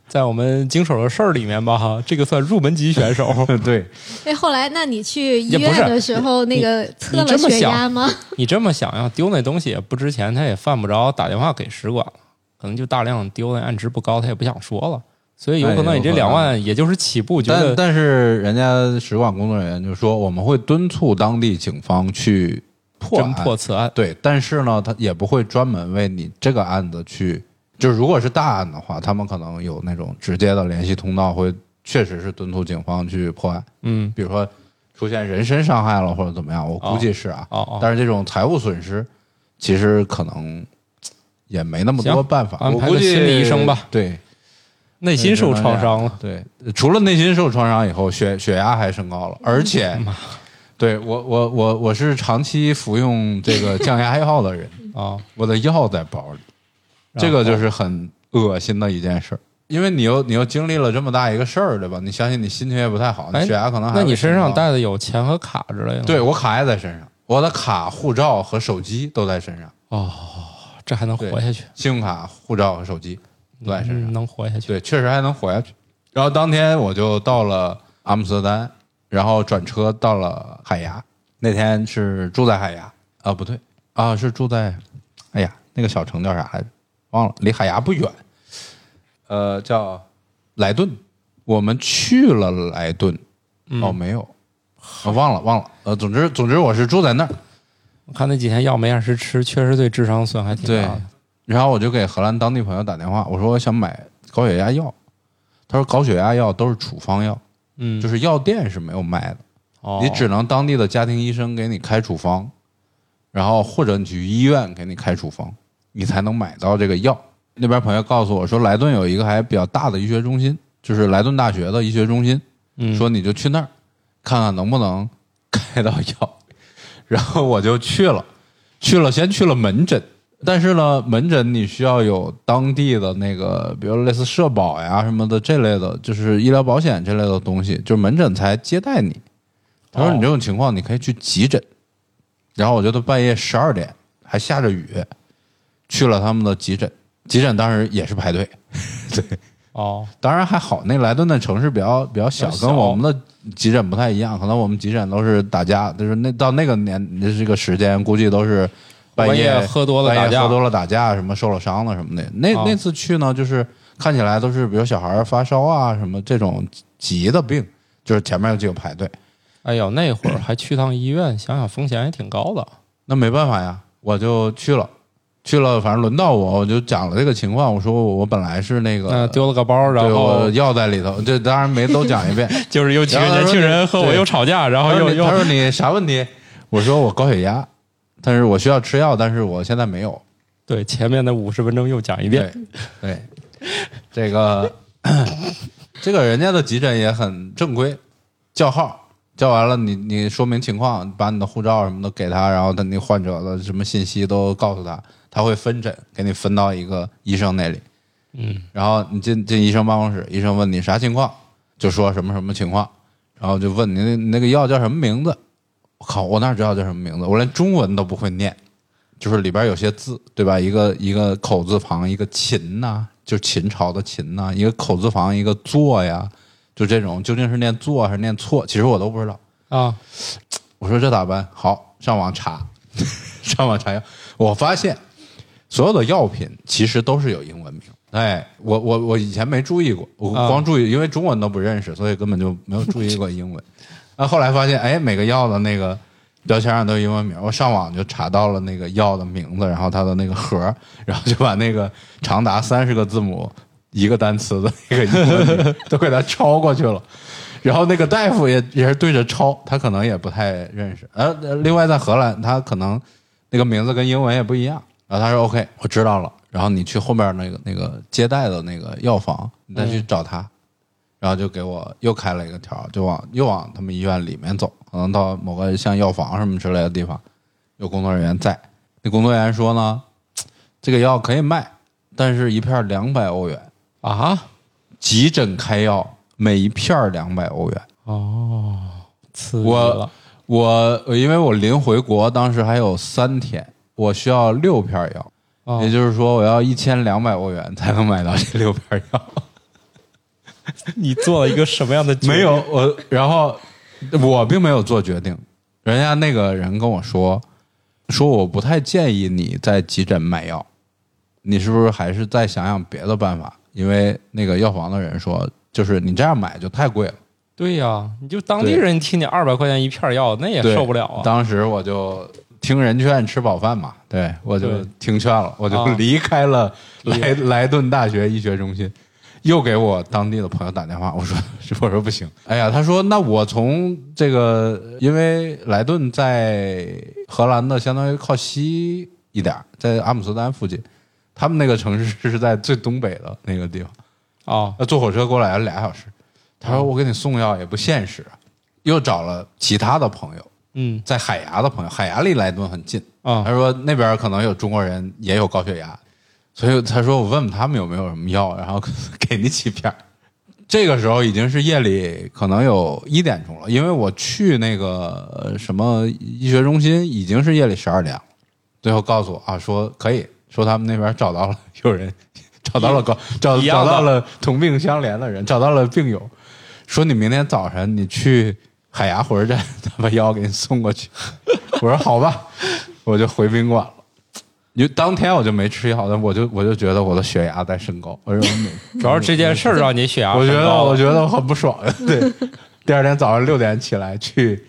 [SPEAKER 1] 在我们经手的事儿里面吧？哈，这个算入门级选 手。
[SPEAKER 2] 对，
[SPEAKER 4] 哎，后来那你去医
[SPEAKER 1] 也不
[SPEAKER 4] 院
[SPEAKER 1] 是
[SPEAKER 4] 的时候，那个测
[SPEAKER 1] 你这
[SPEAKER 4] 了
[SPEAKER 1] 么
[SPEAKER 4] 血
[SPEAKER 1] 想
[SPEAKER 4] 压吗？
[SPEAKER 1] 你这么想呀，丢那东西也不值钱，他也犯不着打电话给使馆了，可能就大量丢那按值不高，他也不想说了。所以有可能你这
[SPEAKER 2] 哎有可能
[SPEAKER 1] 两万，也就是起步，觉
[SPEAKER 2] 但
[SPEAKER 1] 得
[SPEAKER 2] 但是人家使馆工作人员就说，我们会敦促当地警方去破
[SPEAKER 1] 侦
[SPEAKER 2] 案。
[SPEAKER 1] 破此案。
[SPEAKER 2] 对，但是呢，他也不会专门为你这个案子去，就是如果是大案的话，他们可能有那种直接的联系通道，会确实是敦促警方去破案，
[SPEAKER 1] 嗯，
[SPEAKER 2] 比如说出现人身伤害了或者怎么样，我估计是啊，
[SPEAKER 1] 哦哦，
[SPEAKER 2] 但是这种财务损失，其实可能嘖也没那么多
[SPEAKER 1] 行
[SPEAKER 2] 办法，
[SPEAKER 1] 安
[SPEAKER 2] 我
[SPEAKER 1] 排
[SPEAKER 2] 估
[SPEAKER 1] 个
[SPEAKER 2] 计
[SPEAKER 1] 心理医生吧，
[SPEAKER 2] 对。
[SPEAKER 1] 内心受创伤了。
[SPEAKER 2] 对，除了内心受创伤以后，血血压还升
[SPEAKER 1] 嗯
[SPEAKER 2] 高了，而且，对我我我我是长期服用这个降压药的人，
[SPEAKER 1] 啊，
[SPEAKER 2] 我的药在包里，
[SPEAKER 1] 然后
[SPEAKER 2] 这个就是很恶心的一件事儿。因为你又你又经历了这么大一个事儿，对吧？你相信你心情也不太好，
[SPEAKER 1] 哎
[SPEAKER 2] 你血压可能还会
[SPEAKER 1] 那你身上
[SPEAKER 2] 升高
[SPEAKER 1] 带的有钱和卡之类的吗？
[SPEAKER 2] 对我卡也在身上，我的卡、护照和手机都在身上，
[SPEAKER 1] 这还能活下去，
[SPEAKER 2] 信用卡、护照和手机都在身上。
[SPEAKER 1] 嗯能活下去。
[SPEAKER 2] 对，确实还能活下去。然后当天我就到了阿姆斯特丹，然后转车到了海牙。那天是住在海牙啊，不对啊，是住在，哎呀，那个小城叫啥来着？忘了，离海牙不远，呃，叫莱顿。我们去了莱顿，哦，没有，我、忘了忘了，呃，总之总之我是住在那儿，
[SPEAKER 1] 我看那几天药没按时吃，确实对智商损害挺
[SPEAKER 2] 对
[SPEAKER 1] 大的。，
[SPEAKER 2] 啊然后我就给荷兰当地朋友打电话，我说我想买高血压药，他说高血压药都是处方药，
[SPEAKER 1] 嗯，
[SPEAKER 2] 就是药店是没有卖的，
[SPEAKER 1] 哦
[SPEAKER 2] 你只能当地的家庭医生给你开处方，然后或者你去医院给你开处方，你才能买到这个药。那边朋友告诉我说，莱顿有一个还比较大的医学中心，就是莱顿大学的医学中心，
[SPEAKER 1] 嗯
[SPEAKER 2] 说你就去那儿看看能不能开到药。 然后我就去了，去了先去了门诊，但是呢，门诊你需要有当地的那个，比如类似社保呀什么的这类的，就是医疗保险这类的东西，就是门诊才接待你。他说
[SPEAKER 1] 哦
[SPEAKER 2] 你这种情况你可以去急诊，然后我就到半夜十二点还下着雨，去了他们的急诊，急诊当时也是排队，
[SPEAKER 1] 哦，
[SPEAKER 2] 当然还好，那莱顿的城市比较比较小，
[SPEAKER 1] 比呃较小
[SPEAKER 2] 跟我们的急诊不太一样。可能我们急诊都是打架，就是那到那个年这个时间，估计都是半
[SPEAKER 1] 半夜喝多了打架
[SPEAKER 2] 半夜喝多了打架，什么受了伤了什么的。那、
[SPEAKER 1] 哦
[SPEAKER 2] 那次去呢，就是看起来都是比如小孩儿发烧啊什么这种急的病，就是前面有几个排队。
[SPEAKER 1] 哎呦，那会儿还去趟医院，想想风险也挺高的。
[SPEAKER 2] 那没办法呀，我就去了，去了，反正轮到我，我就讲了这个情况。我说我我本来是那个
[SPEAKER 1] 那呃丢了个包，然
[SPEAKER 2] 呃对
[SPEAKER 1] 后
[SPEAKER 2] 我药在里头，这当然没都讲一遍。
[SPEAKER 1] 就是有几个
[SPEAKER 2] 然后他
[SPEAKER 1] 年
[SPEAKER 2] 说
[SPEAKER 1] 轻人
[SPEAKER 2] 你
[SPEAKER 1] 和我
[SPEAKER 2] 对
[SPEAKER 1] 又吵架，然后
[SPEAKER 2] 他说
[SPEAKER 1] 又
[SPEAKER 2] 你
[SPEAKER 1] 又
[SPEAKER 2] 他说你啥问题？我说我高血压，但是我需要吃药，但是我现在没有。
[SPEAKER 1] 对前面的五十分钟又讲一遍
[SPEAKER 2] 对。 对，这个这个人家的急诊也很正规，叫号，叫完了你你说明情况，把你的护照什么的给他，然后他那患者的什么信息都告诉他，他会分诊，给你分到一个医生那里。
[SPEAKER 1] 嗯，
[SPEAKER 2] 然后你进进医生办公室，医生问你啥情况，就说什么什么情况，然后就问你那你那个药叫什么名字。我靠，我哪知道叫什么名字？我连中文都不会念，就是里边有些字，对吧？一个一个口字旁，一个秦呐、就秦朝的秦呐、一个口字旁，一个坐呀，就这种究竟是念坐还是念错，其实我都不知道。
[SPEAKER 1] 啊，
[SPEAKER 2] 我说这咋办？好，上网查， 上网查药。我发现所有的药品其实都是有英文名。哎，我我我以前没注意过，我
[SPEAKER 1] 啊
[SPEAKER 2] 光注意，因为中文都不认识，所以根本就没有注意过英文。啊，后来发现，哎，每个药的那个标签上都有英文名。我上网就查到了那个药的名字，然后它的那个盒，然后就把那个长达三十个字母一个单词的那个 英文名都给它抄过去了。然后那个大夫也也是对着抄，他可能也不太认识。呃，另外在荷兰，他可能那个名字跟英文也不一样。然后他说 OK，我知道了。然后你去后面那个那个接待的那个药房，你再去找他。然后就给我又开了一个条儿，就往又往他们医院里面走，可能到某个像药房什么之类的地方，有工作人员在。那工作人员说呢，这个药可以卖，但是一片两百欧元，
[SPEAKER 1] 啊，
[SPEAKER 2] 急诊开药每一片两百欧元。
[SPEAKER 1] 刺激
[SPEAKER 2] 我
[SPEAKER 1] 了
[SPEAKER 2] 我我因为我临回国，当时还有三天，我需要六片药，
[SPEAKER 1] 啊
[SPEAKER 2] 也就是说我要一千两百欧元才能买到这六片药。
[SPEAKER 1] 你做了一个什么样的决定？
[SPEAKER 2] 没有我，然后我并没有做决定，人家那个人跟我说，说我不太建议你在急诊买药，你是不是还是再想想别的办法？因为那个药房的人说，就是你这样买就太贵了。
[SPEAKER 1] 对呀、你就当地
[SPEAKER 2] 对
[SPEAKER 1] 人听你二百块钱一片药，那也
[SPEAKER 2] 对
[SPEAKER 1] 受不了啊！
[SPEAKER 2] 当时我就听人劝，吃饱饭嘛，对我就
[SPEAKER 1] 对
[SPEAKER 2] 听劝了，我就
[SPEAKER 1] 啊
[SPEAKER 2] 离开了莱、莱顿大学医学中心，又给我当地的朋友打电话，我说 我说不行，哎呀，他说那我从这个，因为莱顿在荷兰的相当于靠西一点儿，在阿姆斯特丹附近。他们那个城市是在最东北的那个地方，
[SPEAKER 1] 啊，
[SPEAKER 2] 那坐火车过来要俩小时。他说我给你送药也不现实啊，又找了其他的朋友，
[SPEAKER 1] 嗯
[SPEAKER 2] 在海牙的朋友，海牙离莱顿很近。
[SPEAKER 1] 啊
[SPEAKER 2] 他说那边可能有中国人，也有高血压，所以他说我问问他们有没有什么药，然后 给你几片儿。这个时候已经是夜里可能有一点钟了，因为我去那个呃什么医学中心已经是夜里十二点了。最后告诉我啊，说可以说他们那边找到了有人，找到了高找
[SPEAKER 1] 一样
[SPEAKER 2] 找
[SPEAKER 1] 的
[SPEAKER 2] 到了同病相怜的人，找到了病友，说你明天早晨你去海牙火车站， 他把药给你送过去。我说好吧，我就回宾馆了。因为当天我就没吃药，但我就我就觉得我的血压在升高，我说没
[SPEAKER 1] 主要是这件事儿让你血压
[SPEAKER 2] 嗯我觉
[SPEAKER 1] 升
[SPEAKER 2] 得
[SPEAKER 1] 高了
[SPEAKER 2] 我觉得我很不爽。对，第二天早上六点起来去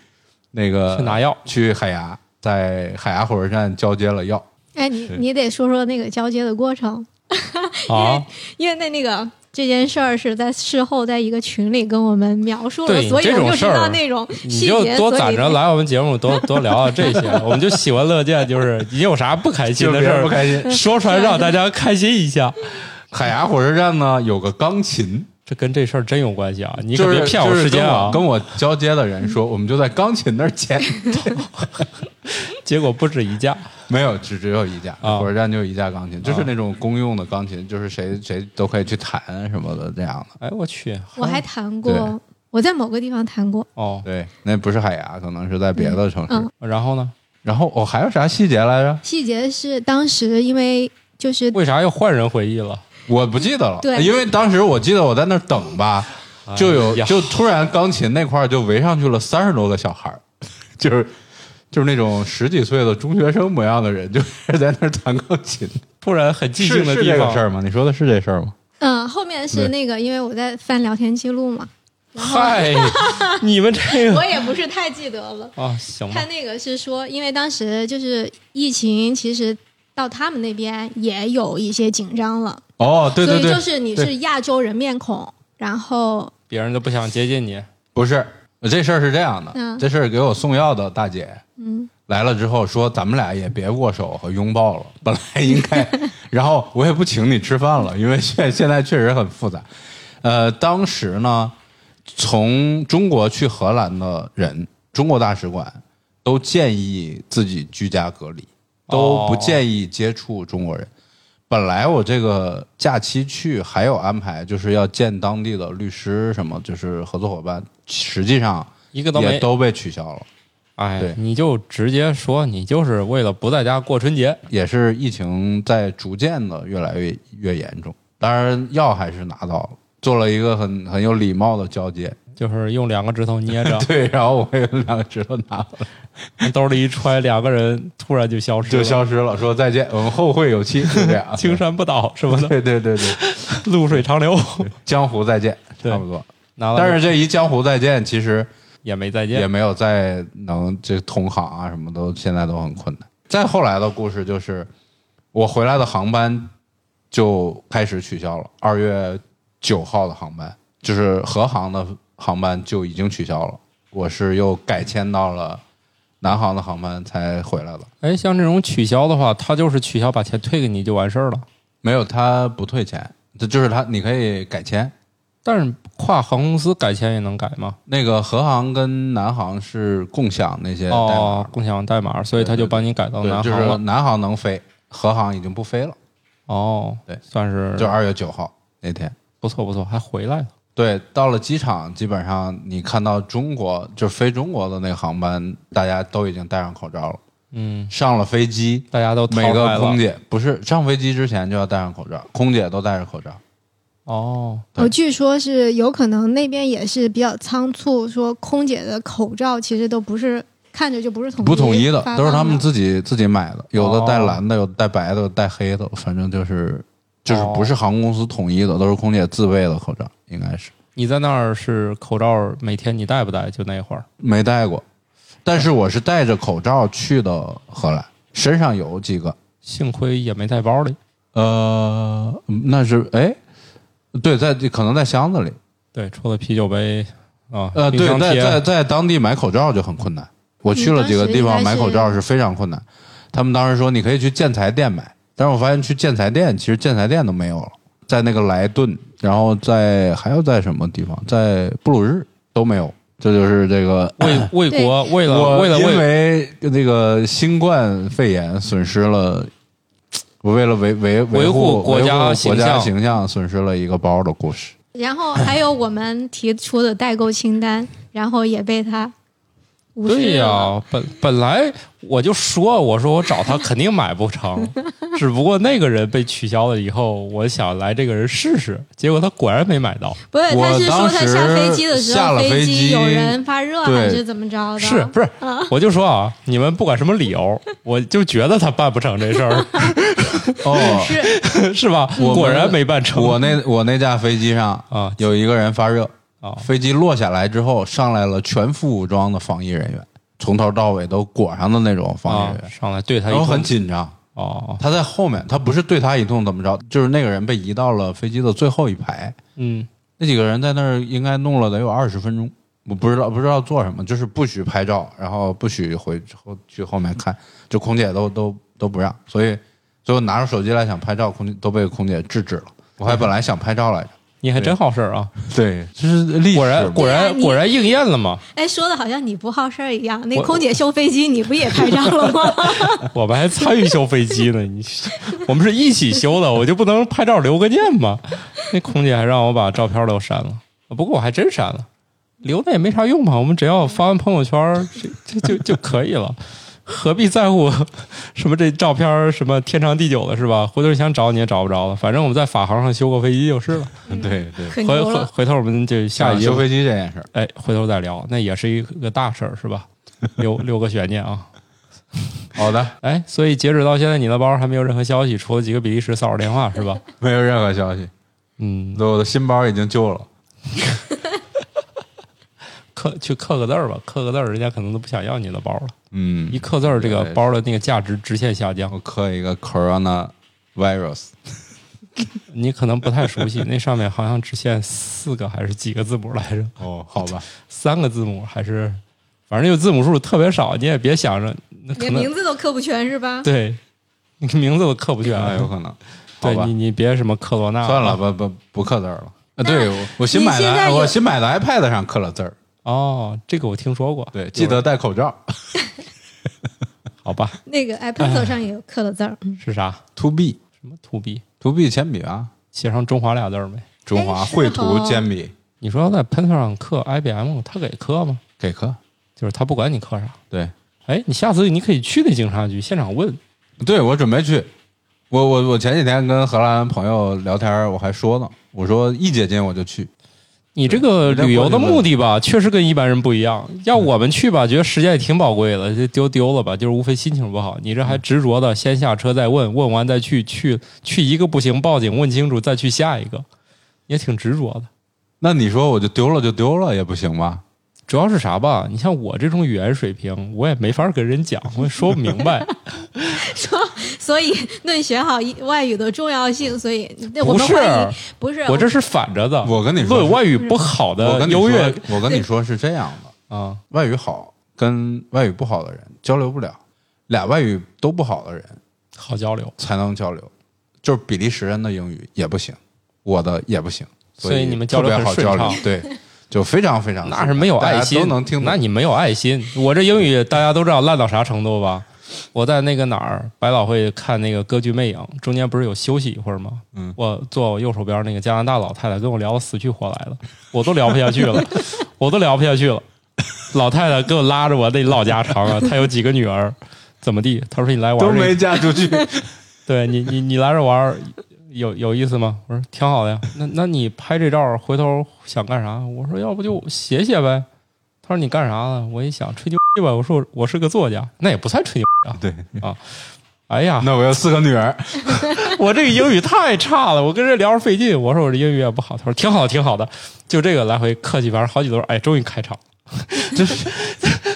[SPEAKER 2] 那个
[SPEAKER 1] 去拿药
[SPEAKER 2] 去海牙，在海牙火车站交接了药。
[SPEAKER 4] 哎，你你得说说那个交接的过程，
[SPEAKER 1] 啊，
[SPEAKER 4] 因为那那个这件事儿是在事后在一个群里跟我们描述了，
[SPEAKER 1] 对
[SPEAKER 4] 所以
[SPEAKER 1] 这
[SPEAKER 4] 我
[SPEAKER 1] 种
[SPEAKER 4] 就知
[SPEAKER 1] 事儿
[SPEAKER 4] 道那种
[SPEAKER 1] 你
[SPEAKER 4] 细
[SPEAKER 1] 就
[SPEAKER 4] 节，
[SPEAKER 1] 多
[SPEAKER 4] 所以
[SPEAKER 1] 攒着
[SPEAKER 4] 那
[SPEAKER 1] 来我们节目多多聊聊 这些，我们就喜闻乐见。就是你有啥不开心的事
[SPEAKER 2] 就别
[SPEAKER 1] 儿，
[SPEAKER 2] 不开 心
[SPEAKER 1] 说
[SPEAKER 4] 啊
[SPEAKER 1] 出来让大家开心一下。
[SPEAKER 2] 海牙火车站呢有个钢琴，
[SPEAKER 1] 这跟这事儿真有关系啊！你可
[SPEAKER 2] 就
[SPEAKER 1] 别
[SPEAKER 2] 是
[SPEAKER 1] 骗我时间啊！
[SPEAKER 2] 就是跟我跟我交接的人说，我们就在钢琴那儿见，
[SPEAKER 1] 结果不止一架
[SPEAKER 2] 没有，只只有一架，
[SPEAKER 1] 啊
[SPEAKER 2] 火车站就有一架钢琴，就是那种公用的钢琴，就是谁谁都可以去弹什么的这样的。
[SPEAKER 1] 哎，我去，
[SPEAKER 4] 我还弹
[SPEAKER 2] 对
[SPEAKER 4] 过，我在某个地方弹过，
[SPEAKER 1] 哦，
[SPEAKER 2] 对，那不是海牙，可能是在别的城市。
[SPEAKER 4] 嗯
[SPEAKER 1] 然后呢？
[SPEAKER 2] 然后我、还有啥细节来着？
[SPEAKER 4] 细节是当时因为就是
[SPEAKER 1] 为啥又换人回忆了？
[SPEAKER 2] 我不记得了，
[SPEAKER 4] 对
[SPEAKER 2] 因为当时我记得我在那儿等吧，就有、
[SPEAKER 1] 哎呀
[SPEAKER 2] 就突然钢琴那块儿就围上去了三十多个小孩儿， 就是就是那种十几岁的中学生模样的人，就是在那儿弹钢琴。
[SPEAKER 1] 突然很寂静的
[SPEAKER 2] 是
[SPEAKER 1] 地
[SPEAKER 2] 这个
[SPEAKER 1] 方
[SPEAKER 2] 事，儿吗？你说的是这事儿吗？
[SPEAKER 4] 嗯，后面
[SPEAKER 2] 对
[SPEAKER 4] 是那个，因为我在翻聊天记录嘛，
[SPEAKER 1] 嗨，你们 这
[SPEAKER 4] 我
[SPEAKER 1] 个
[SPEAKER 4] 也不是太记得了。
[SPEAKER 1] 啊，行吧
[SPEAKER 4] 他，那个是说，因为当时就是疫情，其实到他们那边也有一些紧张了，
[SPEAKER 2] 哦，对对
[SPEAKER 4] 所以
[SPEAKER 2] 对，
[SPEAKER 4] 就是你是亚洲人面孔，然后哦
[SPEAKER 1] 别人都不想接近你。
[SPEAKER 2] 不是这事儿是这样的，
[SPEAKER 4] 嗯
[SPEAKER 2] 这事儿给我送药的大姐，
[SPEAKER 4] 嗯，
[SPEAKER 2] 来了之后说咱们俩也别握手和拥抱了，本来应该， 然后我也不请你吃饭了，因为现现在确实很复杂。呃，当时呢，从中国去荷兰的人，中国大使馆都建议自己居家隔离，都
[SPEAKER 1] 哦
[SPEAKER 2] 不建议接触中国人。本来我这个假期去还有安排，就是要见当地的律师什么，就是合作伙伴，实际上
[SPEAKER 1] 一个都
[SPEAKER 2] 也
[SPEAKER 1] 没。
[SPEAKER 2] 都被取消了。
[SPEAKER 1] 哎
[SPEAKER 2] 对，
[SPEAKER 1] 你就直接说你就是为了不在家过春节。
[SPEAKER 2] 也是疫情在逐渐的越来越越严重。当然，药还是拿到了，做了一个很很有礼貌的交接。，
[SPEAKER 1] 就是用两个指头捏着
[SPEAKER 2] 对，然后我有两个指头拿了，
[SPEAKER 1] 兜里一揣，两个人突然就消失
[SPEAKER 2] 就
[SPEAKER 1] 了，。
[SPEAKER 2] 消失了，说再见，我们后会有期，就这样
[SPEAKER 1] 青山不倒什么的，
[SPEAKER 2] 对对对对，
[SPEAKER 1] 露水长流。
[SPEAKER 2] 江湖再见，
[SPEAKER 1] 对
[SPEAKER 2] 差不多。
[SPEAKER 1] 拿了
[SPEAKER 2] 但是这一江湖再见，其实
[SPEAKER 1] 也没再
[SPEAKER 2] 也
[SPEAKER 1] 见，
[SPEAKER 2] 没有再能这同行啊什么都现在都很困难。再后来的故事就是，我回来的航班就开始取消了，二月九号的航班就是和航的航班就已经取消了，我是又改签到了南航的航班才回来的。
[SPEAKER 1] 哎，像这种取消的话，他就是取消，把钱退给你就完事儿了。
[SPEAKER 2] 没有，他不退钱，这就是他你可以改签。
[SPEAKER 1] 但是跨航空公司改签也能改吗？
[SPEAKER 2] 那个和航跟南航是共享那些代码，
[SPEAKER 1] 哦，共享代码，所以他就帮你改到
[SPEAKER 2] 对
[SPEAKER 1] 南
[SPEAKER 2] 就
[SPEAKER 1] 航
[SPEAKER 2] 是
[SPEAKER 1] 了。
[SPEAKER 2] 南航能飞，和航已经不飞了。
[SPEAKER 1] 哦，
[SPEAKER 2] 对
[SPEAKER 1] 算是
[SPEAKER 2] 就二月九号那天。
[SPEAKER 1] 不错不错，还回来了。
[SPEAKER 2] 对，到了机场，基本上你看到中国就是飞中国的那个航班，大家都已经戴上口罩了。
[SPEAKER 1] 嗯，
[SPEAKER 2] 上了飞机，
[SPEAKER 1] 大家都淘
[SPEAKER 2] 每
[SPEAKER 1] 汰
[SPEAKER 2] 个
[SPEAKER 1] 了
[SPEAKER 2] 空姐不是上飞机之前就要戴上口罩，空姐都戴着口罩。
[SPEAKER 1] 哦，
[SPEAKER 2] 对
[SPEAKER 4] 我据说是有可能那边也是比较仓促，说空姐的口罩其实都不是看着就不是统
[SPEAKER 2] 不统一的
[SPEAKER 4] 发，放
[SPEAKER 2] 都是他 们自己自己买的，有
[SPEAKER 1] 哦
[SPEAKER 2] 的带蓝的，有的带白的，有的带黑的，反正就是就是
[SPEAKER 1] 哦
[SPEAKER 2] 不是航空公司统一的，都是空姐自备的口罩，应该是
[SPEAKER 1] 你在那儿是口罩每天你戴不戴？就那会儿
[SPEAKER 2] 没戴过。但是我是戴着口罩去的荷兰，身上有几个，
[SPEAKER 1] 幸亏也没带包里。
[SPEAKER 2] 呃，那是哎，对，在可能在箱子里，
[SPEAKER 1] 对，除了啤酒杯啊，
[SPEAKER 2] 呃，
[SPEAKER 1] 冰
[SPEAKER 2] 对，
[SPEAKER 1] 箱
[SPEAKER 2] 在
[SPEAKER 1] 贴
[SPEAKER 2] 在在当地买口罩就很困难。我去了几个地方买口罩是非常困难，他们嗯当时说你可以去建材店买，但是我发现去建材店其实建材店都没有了，在那个莱顿，然后在还有在什么地方，在布鲁日都没有，这就是这个。
[SPEAKER 1] 为为国为了
[SPEAKER 2] 我
[SPEAKER 1] 为了
[SPEAKER 2] 因
[SPEAKER 1] 为
[SPEAKER 2] 为那个新冠肺炎损失了，我为了维维
[SPEAKER 1] 维护
[SPEAKER 2] 护
[SPEAKER 1] 国家
[SPEAKER 2] 维护国
[SPEAKER 1] 形
[SPEAKER 2] 家
[SPEAKER 1] 象
[SPEAKER 2] 形象损失了一个包的故事。
[SPEAKER 4] 然后还有我们提出的代购清单，然后也被他无视
[SPEAKER 1] 对呀、
[SPEAKER 4] 了
[SPEAKER 2] 啊
[SPEAKER 1] 本本来我就说我说我找他肯定买不 成，只不过那个人被取消了以后，我想来这个人试试，结果他果然没买到。
[SPEAKER 4] 不是，他
[SPEAKER 2] 我
[SPEAKER 4] 是说
[SPEAKER 2] 当
[SPEAKER 4] 他
[SPEAKER 2] 时
[SPEAKER 4] 下飞机的时
[SPEAKER 2] 下
[SPEAKER 4] 候，
[SPEAKER 2] 了飞
[SPEAKER 4] 机
[SPEAKER 2] 机
[SPEAKER 4] 有人发热
[SPEAKER 2] 对
[SPEAKER 4] 还是怎么着的？
[SPEAKER 1] 是不是？我就说啊，你们不管什么理由，我就觉得他办不成这事 儿，
[SPEAKER 2] 哦，
[SPEAKER 1] 是吧？
[SPEAKER 2] 我们
[SPEAKER 1] 果然没办成。
[SPEAKER 2] 我那我那架飞机上
[SPEAKER 1] 啊
[SPEAKER 2] 有一个人发热，
[SPEAKER 1] 啊
[SPEAKER 2] 飞机落下来之后，上来了全副武装的防疫人员，从头到尾都裹上的那种防疫
[SPEAKER 1] 啊
[SPEAKER 2] 人员，
[SPEAKER 1] 上来对他一
[SPEAKER 2] 然后很
[SPEAKER 1] 通
[SPEAKER 2] 紧张。
[SPEAKER 1] 哦，
[SPEAKER 2] 他在后面，他不是对他一通怎么着，就是那个人被移到了飞机的最后一排，
[SPEAKER 1] 嗯，
[SPEAKER 2] 那几个人在那儿应该弄了得有二十分钟，我不知道不知道做什么，就是不许拍照，然后不许回后去后面看，就空姐都都都不让，所以所以我拿出手机来想拍照，空姐都被空姐制止了。我还本来想拍照来着，
[SPEAKER 1] 你还真好事儿啊！
[SPEAKER 2] 对，就是历史
[SPEAKER 1] 果然果
[SPEAKER 4] 对啊
[SPEAKER 1] 然
[SPEAKER 4] 你
[SPEAKER 1] 果然应验了嘛！
[SPEAKER 4] 哎，说的好像你不好事儿一样。那
[SPEAKER 1] 我
[SPEAKER 4] 空姐修飞机，你不也拍照了吗？
[SPEAKER 1] 我们还参与修飞机呢，你我们是一起修的，我就不能拍照留个念吗？那空姐还让我把照片都删了，不过我还真删了，留的也没啥用吧？我们只要发完朋友圈就就就就可以了，何必在乎什么这照片什么天长地久的是吧？回头想找你也找不着了，反正我们在法航上修过飞机就是了。
[SPEAKER 2] 对对，
[SPEAKER 4] 可
[SPEAKER 1] 回
[SPEAKER 4] 牛
[SPEAKER 1] 回
[SPEAKER 4] 了！
[SPEAKER 1] 回头我们就下一
[SPEAKER 2] 想
[SPEAKER 1] 节
[SPEAKER 2] 修飞机这件事儿，
[SPEAKER 1] 哎，回头再聊，那也是一个大事儿是 吧？留留个悬念啊。
[SPEAKER 2] 好的，
[SPEAKER 1] 哎，所以截止到现在，你的包还没有任何消息，除了几个比利时骚扰电话是 吧？
[SPEAKER 2] 没有任何消息，
[SPEAKER 1] 嗯，
[SPEAKER 2] 我的新包已经旧了。
[SPEAKER 1] 刻去刻个字儿吧，刻个字儿，人家可能都不想要你的包了。
[SPEAKER 2] 嗯
[SPEAKER 1] 一，刻字儿，这个包的那个价值直线下降。
[SPEAKER 2] 我刻一个 corona virus，
[SPEAKER 1] 你可能不太熟 悉，那上面好像只限四个还是几个字母来着？
[SPEAKER 2] 哦，好 吧，
[SPEAKER 1] 三个字母还是，反正就字母数特别少，你也别想着那可
[SPEAKER 4] 连
[SPEAKER 1] 能
[SPEAKER 4] 名字都刻不全是吧？
[SPEAKER 1] 对，你名字都刻不全。
[SPEAKER 2] 啊哎有可能，好
[SPEAKER 1] 对
[SPEAKER 2] 吧
[SPEAKER 1] 你，，你别什么克罗纳，
[SPEAKER 2] 算了，不不不刻字儿了。啊，对我我新
[SPEAKER 4] 你
[SPEAKER 2] 买
[SPEAKER 4] 现在
[SPEAKER 2] 的，啊
[SPEAKER 4] 有
[SPEAKER 2] 我新买的 iPad 上刻了字儿，
[SPEAKER 1] 哦，这个我听说过。
[SPEAKER 2] 对，记得戴口罩。
[SPEAKER 1] 好吧？
[SPEAKER 4] 那个 iPad 上也有刻了字儿， 嗯
[SPEAKER 1] 是啥？
[SPEAKER 2] To B
[SPEAKER 1] 什么 to B？
[SPEAKER 2] To B 铅笔啊，
[SPEAKER 1] 写上中华俩字儿没？
[SPEAKER 2] 中华
[SPEAKER 4] 哎
[SPEAKER 2] 绘图
[SPEAKER 4] 是哦
[SPEAKER 2] 铅笔
[SPEAKER 1] 你说要在 Pen 上刻 IBM，他给刻吗？
[SPEAKER 2] 给刻，
[SPEAKER 1] 就是他不管你刻啥。
[SPEAKER 2] 对，
[SPEAKER 1] 哎，你下次你可以去那警察局现场问，
[SPEAKER 2] 对我准备去。我我我前几天跟荷兰朋友聊天儿，我还说呢，我说一解禁我就去。
[SPEAKER 1] 你这个旅游的目的吧，确实跟一般人不一样。要我们去吧，觉得时间也挺宝贵的，就丢丢了吧，就是无非心情不好。你这还执着的，先下车再问，问完再去，去去一个不行，报警问清楚，再去下一个，也挺执着的。
[SPEAKER 2] 那你说我就丢了就丢了也不行吧？
[SPEAKER 1] 主要是啥吧？你像我这种语言水平，我也没法跟人讲，我也说不明 白。
[SPEAKER 4] 所以论学好一外语的重要性，所以那我
[SPEAKER 1] 不
[SPEAKER 4] 们
[SPEAKER 1] 是，
[SPEAKER 4] 欢迎不是
[SPEAKER 1] 我这是反着的。
[SPEAKER 2] 我跟你说
[SPEAKER 1] 论外语不好
[SPEAKER 2] 我
[SPEAKER 1] 的
[SPEAKER 2] 跟你
[SPEAKER 1] 优越
[SPEAKER 2] 说，我跟你说是这样的，
[SPEAKER 1] 啊，
[SPEAKER 2] 外语好跟外语不好的人交流不了，俩外语都不好的人
[SPEAKER 1] 好交流。
[SPEAKER 2] 才能交流，就是比利时人的英语也不行，我的也不行，
[SPEAKER 1] 所以
[SPEAKER 2] 以
[SPEAKER 1] 你们交流
[SPEAKER 2] 特别
[SPEAKER 1] 很
[SPEAKER 2] 好
[SPEAKER 1] 顺
[SPEAKER 2] 交流
[SPEAKER 1] 畅，
[SPEAKER 2] 对，就非 常非常
[SPEAKER 1] 那是没有
[SPEAKER 2] 啊大家
[SPEAKER 1] 爱心，
[SPEAKER 2] 都能听
[SPEAKER 1] 那
[SPEAKER 2] 懂。
[SPEAKER 1] 你没有爱心。我这英语大家都知道烂到啥程度吧？我在那个哪儿百老汇看那个歌剧《魅影》，中间不是有休息一会儿吗？
[SPEAKER 2] 嗯
[SPEAKER 1] 我坐我右手边那个加拿大老太太跟我聊的死去活来的，我都聊不下去了， 我都聊不下去了。老太太给我拉着我那唠家常啊，她有几个女儿，怎么地？她说你来玩
[SPEAKER 2] 都
[SPEAKER 1] 儿这个
[SPEAKER 2] 没嫁出去，
[SPEAKER 1] 对你，你你来这玩儿有有意思吗？我说挺好的呀。那那你拍这照儿，回头想干啥？我说要不就写写呗。他说你干啥呢？我一想吹牛逼吧。我说我是个作家，那也不算吹牛逼啊。
[SPEAKER 2] 对，
[SPEAKER 1] 哎呀，
[SPEAKER 2] 那我有四个女儿，
[SPEAKER 1] 我这个英语太差了，我跟人聊着费劲。我说我这英语也不好。他说挺好，挺好的。就这个来回客气，反正好几轮。哎，终于开场了。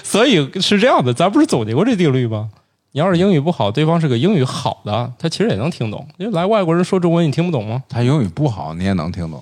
[SPEAKER 1] 所以是这样的，咱不是总结过这定律吗？你要是英语不好，对方是个英语好的，他其实也能听懂。因为来外国人说中文，你听不懂吗？
[SPEAKER 2] 他英语不好你也能听懂，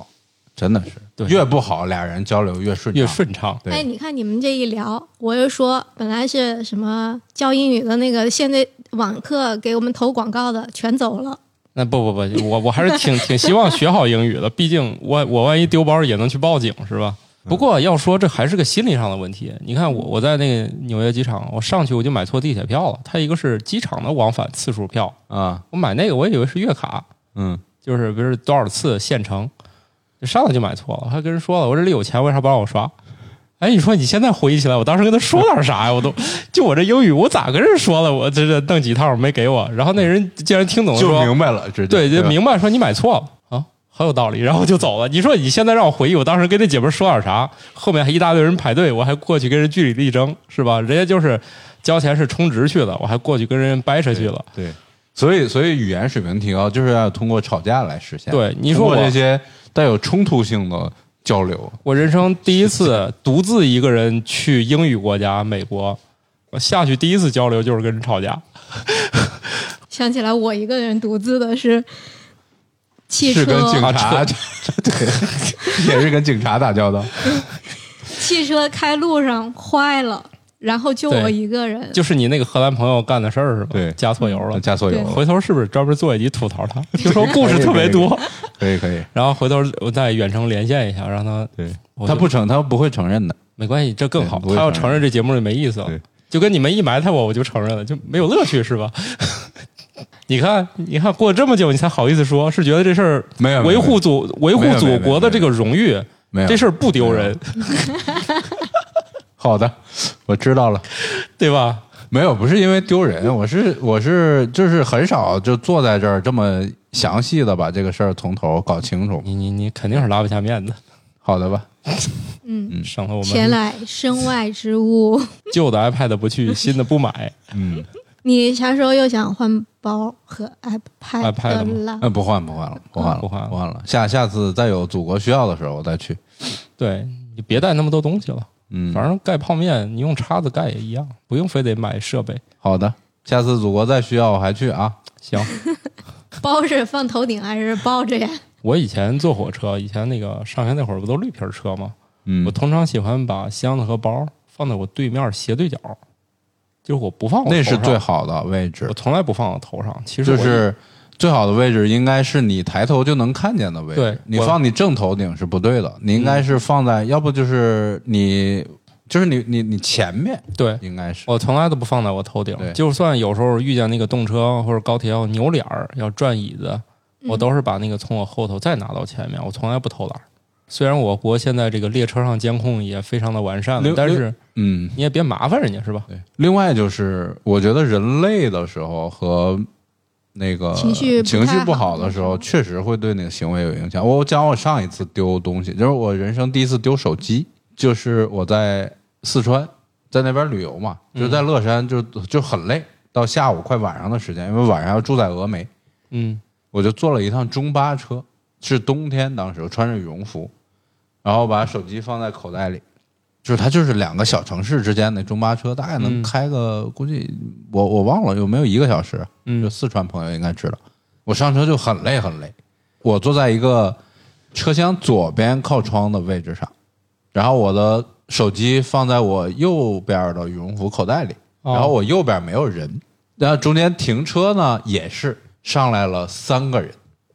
[SPEAKER 2] 真的是，
[SPEAKER 1] 对
[SPEAKER 2] 越不好俩人交流越顺畅
[SPEAKER 1] 越，顺畅。
[SPEAKER 2] 对
[SPEAKER 4] 哎，你看你们这一聊，我就说本来是什么教英语的那个，现在网课给我们投广告的全走了。
[SPEAKER 1] 那不不不， 我我还是挺挺希望学好英语的， 毕竟我我万一丢包也能去报警，是吧？
[SPEAKER 2] 嗯
[SPEAKER 1] 不过要说这还是个心理上的问题。你看我我在那个纽约机场，我上去我就买错地铁票了。它一个是机场的往返次数票，
[SPEAKER 2] 啊，
[SPEAKER 1] 我买那个我以为是月卡，
[SPEAKER 2] 嗯，
[SPEAKER 1] 就是比如多少次限乘，上来就买错了，还跟人说了我这里有钱，为啥不让我刷？哎，你说你现在回忆起来，我当时跟他说点啥呀？我都就我这英语，我咋跟人说了？我这这弄几趟没给我，然后那人竟然听懂了
[SPEAKER 2] 就
[SPEAKER 1] 说
[SPEAKER 2] 明白了，直接
[SPEAKER 1] 对，就
[SPEAKER 2] 吧
[SPEAKER 1] 明白说你买错了啊，很有道理，然后就走了。你说你现在让我回忆，我当时跟那姐们儿说点啥？后面还一大堆人排队，我还过去跟人据理力争，是吧？人家就是交钱是充值去的，我还过去跟人掰扯去了。
[SPEAKER 2] 对，所以所以语言水平提高就是要通过吵架来实现。
[SPEAKER 1] 对你说
[SPEAKER 2] 通过
[SPEAKER 1] 我
[SPEAKER 2] 这些带有冲突性的交流，
[SPEAKER 1] 我人生第一次独自一个人去英语国家美国，我下去第一次交流就是跟人吵架。
[SPEAKER 4] 想起来我一个人独自的是汽
[SPEAKER 2] 是跟警
[SPEAKER 4] 车，
[SPEAKER 2] 察，
[SPEAKER 1] 啊
[SPEAKER 2] 对，也是跟警察打交道。
[SPEAKER 4] 汽车开路上坏了，然后就
[SPEAKER 1] 对
[SPEAKER 4] 我一个人。
[SPEAKER 1] 就是你那个荷兰朋友干的事儿是吧？
[SPEAKER 2] 对
[SPEAKER 1] 加错油了。
[SPEAKER 2] 加错油
[SPEAKER 4] 对
[SPEAKER 2] 了，
[SPEAKER 1] 回头是不是专门做一集吐槽 他？听说故事特别多，
[SPEAKER 2] 可以可以。
[SPEAKER 1] 然后回头我再远程连线一下，让他
[SPEAKER 2] 对
[SPEAKER 1] 我
[SPEAKER 2] 他
[SPEAKER 1] 就
[SPEAKER 2] 不承，他不会承认的。
[SPEAKER 1] 没关系，这更好。
[SPEAKER 2] 对不会
[SPEAKER 1] 他要
[SPEAKER 2] 承认
[SPEAKER 1] 承认这节目就没意思了
[SPEAKER 2] 对，
[SPEAKER 1] 就跟你们一埋汰我，我就承认了，就没有乐趣是吧？ 你看，你看，过了这么久，你才好意思说，是觉得这事儿
[SPEAKER 2] 没有没
[SPEAKER 1] 维
[SPEAKER 2] 有
[SPEAKER 1] 护祖维护
[SPEAKER 2] 没有没
[SPEAKER 1] 祖
[SPEAKER 2] 有
[SPEAKER 1] 国的这个荣誉，
[SPEAKER 2] 没有
[SPEAKER 1] 这事儿不丢人，
[SPEAKER 2] 好的，我知道了。
[SPEAKER 1] 对吧？
[SPEAKER 2] 没有，不是因为丢人，我是我是就是很少就坐在这儿这么详细的把这个事儿从头搞清楚。
[SPEAKER 1] 你你你肯定是拉不下面子，
[SPEAKER 2] 好的吧？
[SPEAKER 4] 嗯，
[SPEAKER 1] 省得我
[SPEAKER 4] 前
[SPEAKER 1] 们
[SPEAKER 4] 来身外之物。
[SPEAKER 1] 旧的 iPad 不去，新的不 买。
[SPEAKER 2] 嗯，
[SPEAKER 4] 你啥时候又想换包和 iPad
[SPEAKER 1] 啊 iPad
[SPEAKER 4] 了？
[SPEAKER 2] 嗯那不换不换了，不换了，
[SPEAKER 1] 不换了
[SPEAKER 2] 不换了。下下次再有祖国需要的时候我再去。
[SPEAKER 1] 对你别带那么多东西了，
[SPEAKER 2] 嗯，
[SPEAKER 1] 反正盖泡面你用叉子盖也一样，不用非得买设备。
[SPEAKER 2] 好的，下次祖国再需要我还去啊。
[SPEAKER 1] 行，
[SPEAKER 4] 包是放头顶还是包着呀？
[SPEAKER 1] 我以前坐火车，以前那个上学那会儿不都绿皮儿车吗？
[SPEAKER 2] 嗯
[SPEAKER 1] 我通常喜欢把箱子和包放在我对面斜对角，就是我不放我头
[SPEAKER 2] 那
[SPEAKER 1] 上
[SPEAKER 2] 是最好的位置
[SPEAKER 1] 我，从来不放我头上。其实
[SPEAKER 2] 就
[SPEAKER 1] 我
[SPEAKER 2] 是最好的位置应该是你抬头就能看见的位置。
[SPEAKER 1] 对
[SPEAKER 2] 你
[SPEAKER 1] 我
[SPEAKER 2] 放你正头顶是不对的，你应该是放在，要不就是你，就是你你你前面，
[SPEAKER 1] 对，
[SPEAKER 2] 应该是。
[SPEAKER 1] 我从来都不放在我头顶
[SPEAKER 2] 对，
[SPEAKER 1] 就算有时候遇见那个动车或者高铁要扭脸儿、要转椅子，我都是把那个从我后头再拿到前面，我从来不偷懒儿。虽然我国现在这个列车上监控也非常的完善了
[SPEAKER 2] 刘，
[SPEAKER 1] 但是
[SPEAKER 2] 嗯，
[SPEAKER 1] 你也别麻烦人家是吧？
[SPEAKER 2] 对。另外就是，我觉得人累的时候和那个
[SPEAKER 4] 情绪不
[SPEAKER 2] 情绪
[SPEAKER 4] 太
[SPEAKER 2] 不
[SPEAKER 4] 好
[SPEAKER 2] 好的
[SPEAKER 4] 的
[SPEAKER 2] 时
[SPEAKER 4] 时
[SPEAKER 2] 候，
[SPEAKER 4] 候
[SPEAKER 2] 确实会对那个行为有影响。我讲我上一次丢东西，就是我人生第一次丢手机，就是我在四川，在那边旅游嘛，就是在乐山，就就很累，到下午快晚上的时间，因为晚上要住在峨眉，
[SPEAKER 1] 嗯，
[SPEAKER 2] 我就坐了一趟中巴车，是冬天，当时我穿着羽绒服，然后把手机放在口袋里，就是它就是两个小城市之间的中巴车，大概能
[SPEAKER 1] 嗯
[SPEAKER 2] 开个、估计我我忘了有没有一个小时，
[SPEAKER 1] 嗯
[SPEAKER 2] 就四川朋友应该知道。我上车就很累很累，我坐在一个车厢左边靠窗的位置上，然后我的手机放在我右边的羽绒服口袋里，
[SPEAKER 1] 哦
[SPEAKER 2] 然后我右边没有人，然后中间停车呢也是上来了三个人，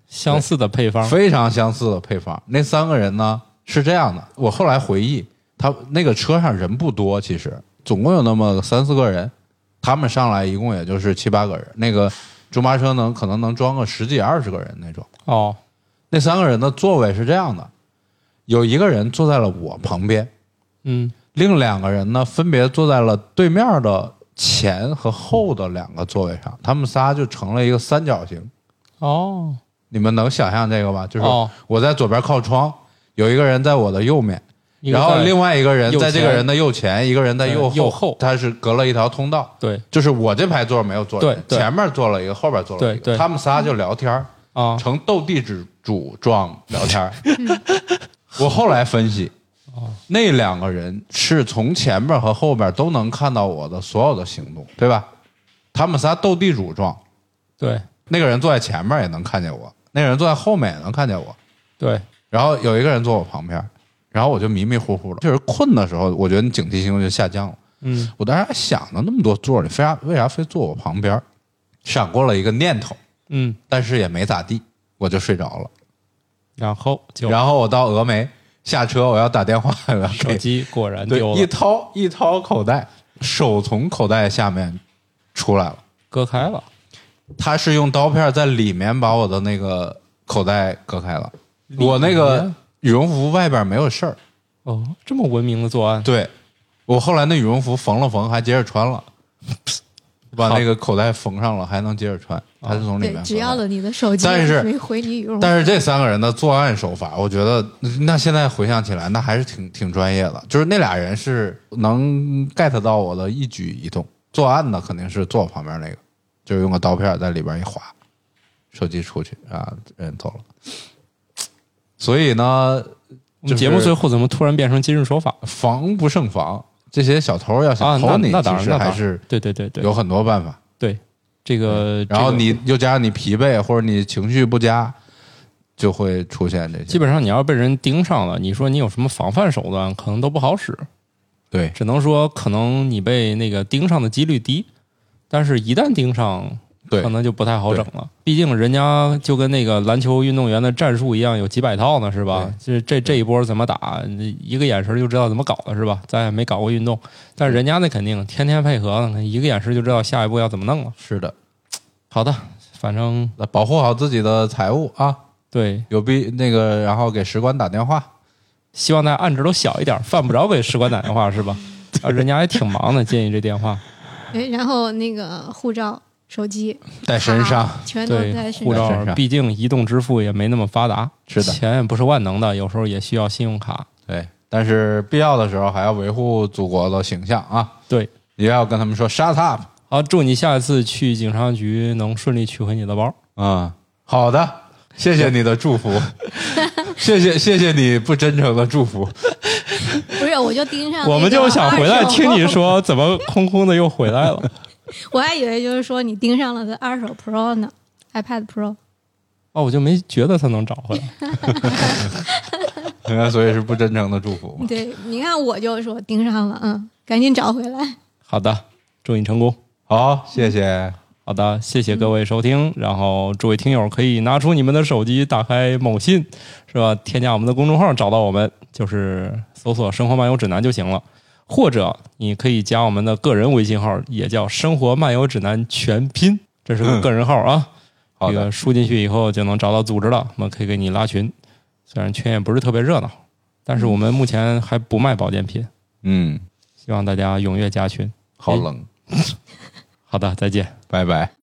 [SPEAKER 1] 相似的配方，
[SPEAKER 2] 非常相似的配方。那三个人呢是这样的，我后来回忆，他那个车上人不多，其实总共有那么三四个人，他们上来一共也就是七八个人，那个中巴车能可能能装个十几二十个人那种。
[SPEAKER 1] 哦，
[SPEAKER 2] 那三个人的座位是这样的，有一个人坐在了我旁边，
[SPEAKER 1] 嗯
[SPEAKER 2] 另两个人呢分别坐在了对面的前和后的两个座位上，他们仨就成了一个三角形。
[SPEAKER 1] 哦
[SPEAKER 2] 你们能想象这个吧？就是
[SPEAKER 1] 哦
[SPEAKER 2] 我在左边靠窗，有一个人在我的右面，
[SPEAKER 1] 一个
[SPEAKER 2] 然后
[SPEAKER 1] 在
[SPEAKER 2] 另外一个人
[SPEAKER 1] 右
[SPEAKER 2] 在这个
[SPEAKER 1] 前
[SPEAKER 2] 人的右前，一个人在
[SPEAKER 1] 对
[SPEAKER 2] 右
[SPEAKER 1] 右后
[SPEAKER 2] 他是隔了一条通道，
[SPEAKER 1] 对
[SPEAKER 2] 就是我这排座没有坐人，
[SPEAKER 1] 对对
[SPEAKER 2] 前面坐了一个，后边坐了
[SPEAKER 1] 对
[SPEAKER 2] 一个，
[SPEAKER 1] 对
[SPEAKER 2] 他们仨就聊天儿，
[SPEAKER 1] 啊
[SPEAKER 2] 成斗地主主状聊天儿。 我后来分析，那两个人是从前面和后边都能看到我的所有的行动，对吧？他们仨斗地主状，
[SPEAKER 1] 对
[SPEAKER 2] 那个人坐在前面也能看见我，那个人坐在后面也能看见我，
[SPEAKER 1] 对
[SPEAKER 2] 然后有一个人坐我旁边，然后我就迷迷糊糊的，就是困的时候，我觉得你警惕性就下降了。
[SPEAKER 1] 嗯
[SPEAKER 2] 我当时还想了那么多座儿，你非啥为啥非坐我旁边？闪过了一个念头，
[SPEAKER 1] 嗯，
[SPEAKER 2] 但是也没咋地，我就睡着了。
[SPEAKER 1] 然后就
[SPEAKER 2] 然后我到峨眉下车，我要打电话，我要
[SPEAKER 1] 手
[SPEAKER 2] 给
[SPEAKER 1] 机果然
[SPEAKER 2] 对
[SPEAKER 1] 丢
[SPEAKER 2] 一
[SPEAKER 1] 了，
[SPEAKER 2] 掏一掏口袋，手从口袋下面出来了。
[SPEAKER 1] 割开了，
[SPEAKER 2] 他是用刀片在里面把我的那个口袋割开了，我那个羽绒服外边没有事儿。
[SPEAKER 1] 哦，这么文明的作案，
[SPEAKER 2] 对，我后来那羽绒服缝了缝，还接着穿了，把那个口袋缝上了，还能接着穿，还是从里面缝
[SPEAKER 4] 对
[SPEAKER 2] 的。，
[SPEAKER 4] 只要了你的手机
[SPEAKER 2] 但是
[SPEAKER 4] 没回你羽绒服，
[SPEAKER 2] 但是这三个人的作案手法，我觉得那现在回想起来，那还是挺挺专业的。就是那俩人是能 get 到我的一举一动，作案的肯定是坐我旁边那个，就是用个刀片在里边一划，手机出去啊，人走了。所以呢，
[SPEAKER 1] 我们节目
[SPEAKER 2] 就是
[SPEAKER 1] 最后怎么突然变成今日说法了
[SPEAKER 2] 防不胜防，这些小偷要
[SPEAKER 1] 啊？
[SPEAKER 2] 想偷
[SPEAKER 1] 那
[SPEAKER 2] 你，
[SPEAKER 1] 那当然，
[SPEAKER 2] 其
[SPEAKER 1] 那
[SPEAKER 2] 实
[SPEAKER 1] 当
[SPEAKER 2] 还
[SPEAKER 1] 然
[SPEAKER 2] 是
[SPEAKER 1] 对对对对，
[SPEAKER 2] 有很多办法。
[SPEAKER 1] 对这个，
[SPEAKER 2] 然后
[SPEAKER 1] 这个
[SPEAKER 2] 你又加上你疲惫或者你情绪不佳，就会出现这些。
[SPEAKER 1] 基本上你要被人盯上了，你说你有什么防范手段，可能都不好使，
[SPEAKER 2] 对
[SPEAKER 1] 只能说可能你被那个盯上的几率低，但是一旦盯上，
[SPEAKER 2] 对
[SPEAKER 1] 可能就不太好整了。毕竟人家就跟那个篮球运动员的战术一样，有几百套呢，是吧？这这这一波怎么打，你一个眼神就知道怎么搞了，是吧？咱也没搞过运动，但是人家那肯定天天配合，一个眼神就知道下一步要怎么弄了。
[SPEAKER 2] 是的。
[SPEAKER 1] 好的，反正
[SPEAKER 2] 那保护好自己的财物啊，
[SPEAKER 1] 对，
[SPEAKER 2] 有必那个，然后给使馆打电话。
[SPEAKER 1] 希望大家案值都小一点，犯不着给使馆打电话 是吧？啊，人家也挺忙的，接你这电话。
[SPEAKER 4] 哎然后那个护照、手机
[SPEAKER 2] 带身上
[SPEAKER 4] 卡全都
[SPEAKER 1] 对
[SPEAKER 4] 在，身
[SPEAKER 1] 护
[SPEAKER 4] 上。
[SPEAKER 1] 照，毕竟移动支付也没那么发达，
[SPEAKER 2] 啊是的
[SPEAKER 1] 钱也不是万能的，有时候也需要信用卡。
[SPEAKER 2] 对，但是必要的时候还要维护祖国的形象啊，
[SPEAKER 1] 对，
[SPEAKER 2] 也要跟他们说 shut up
[SPEAKER 1] 好，祝你下一次去警察局能顺利取回你的包。
[SPEAKER 2] 啊、好的，谢谢你的祝 福，谢谢谢谢你不真诚的祝福。
[SPEAKER 4] 不是，我就盯上那个
[SPEAKER 1] 我们就想回来
[SPEAKER 4] 二手
[SPEAKER 1] 听你说，怎么空空的又回来了？
[SPEAKER 4] 我还以为就是说你盯上了个二手 Pro 呢，iPad Pro。
[SPEAKER 1] 哦，我就没觉得他能找回来。
[SPEAKER 2] 所以是不真诚的祝福嘛。
[SPEAKER 4] 对，你看我就说盯上了，嗯，赶紧找回来。
[SPEAKER 1] 好的，祝你成功。
[SPEAKER 2] 好，谢谢。
[SPEAKER 1] 好的，谢谢各位收听。然后诸位听友可以拿出你们的手机，打开某信，是吧？添加我们的公众号，找到我们，就是搜索“生活漫游指南”就行了。或者你可以加我们的个人微信号，也叫“生活漫游指南全拼”，这是个个人号啊。
[SPEAKER 2] 好
[SPEAKER 1] 这
[SPEAKER 2] 的
[SPEAKER 1] 个，输进去以后就能找到组织了，我们可以给你拉群。虽然群也不是特别热闹，但是我们目前还不卖保健品，
[SPEAKER 2] 嗯，
[SPEAKER 1] 希望大家踊跃加群。
[SPEAKER 2] 好冷，
[SPEAKER 1] 好的，再见。
[SPEAKER 2] 哎拜拜。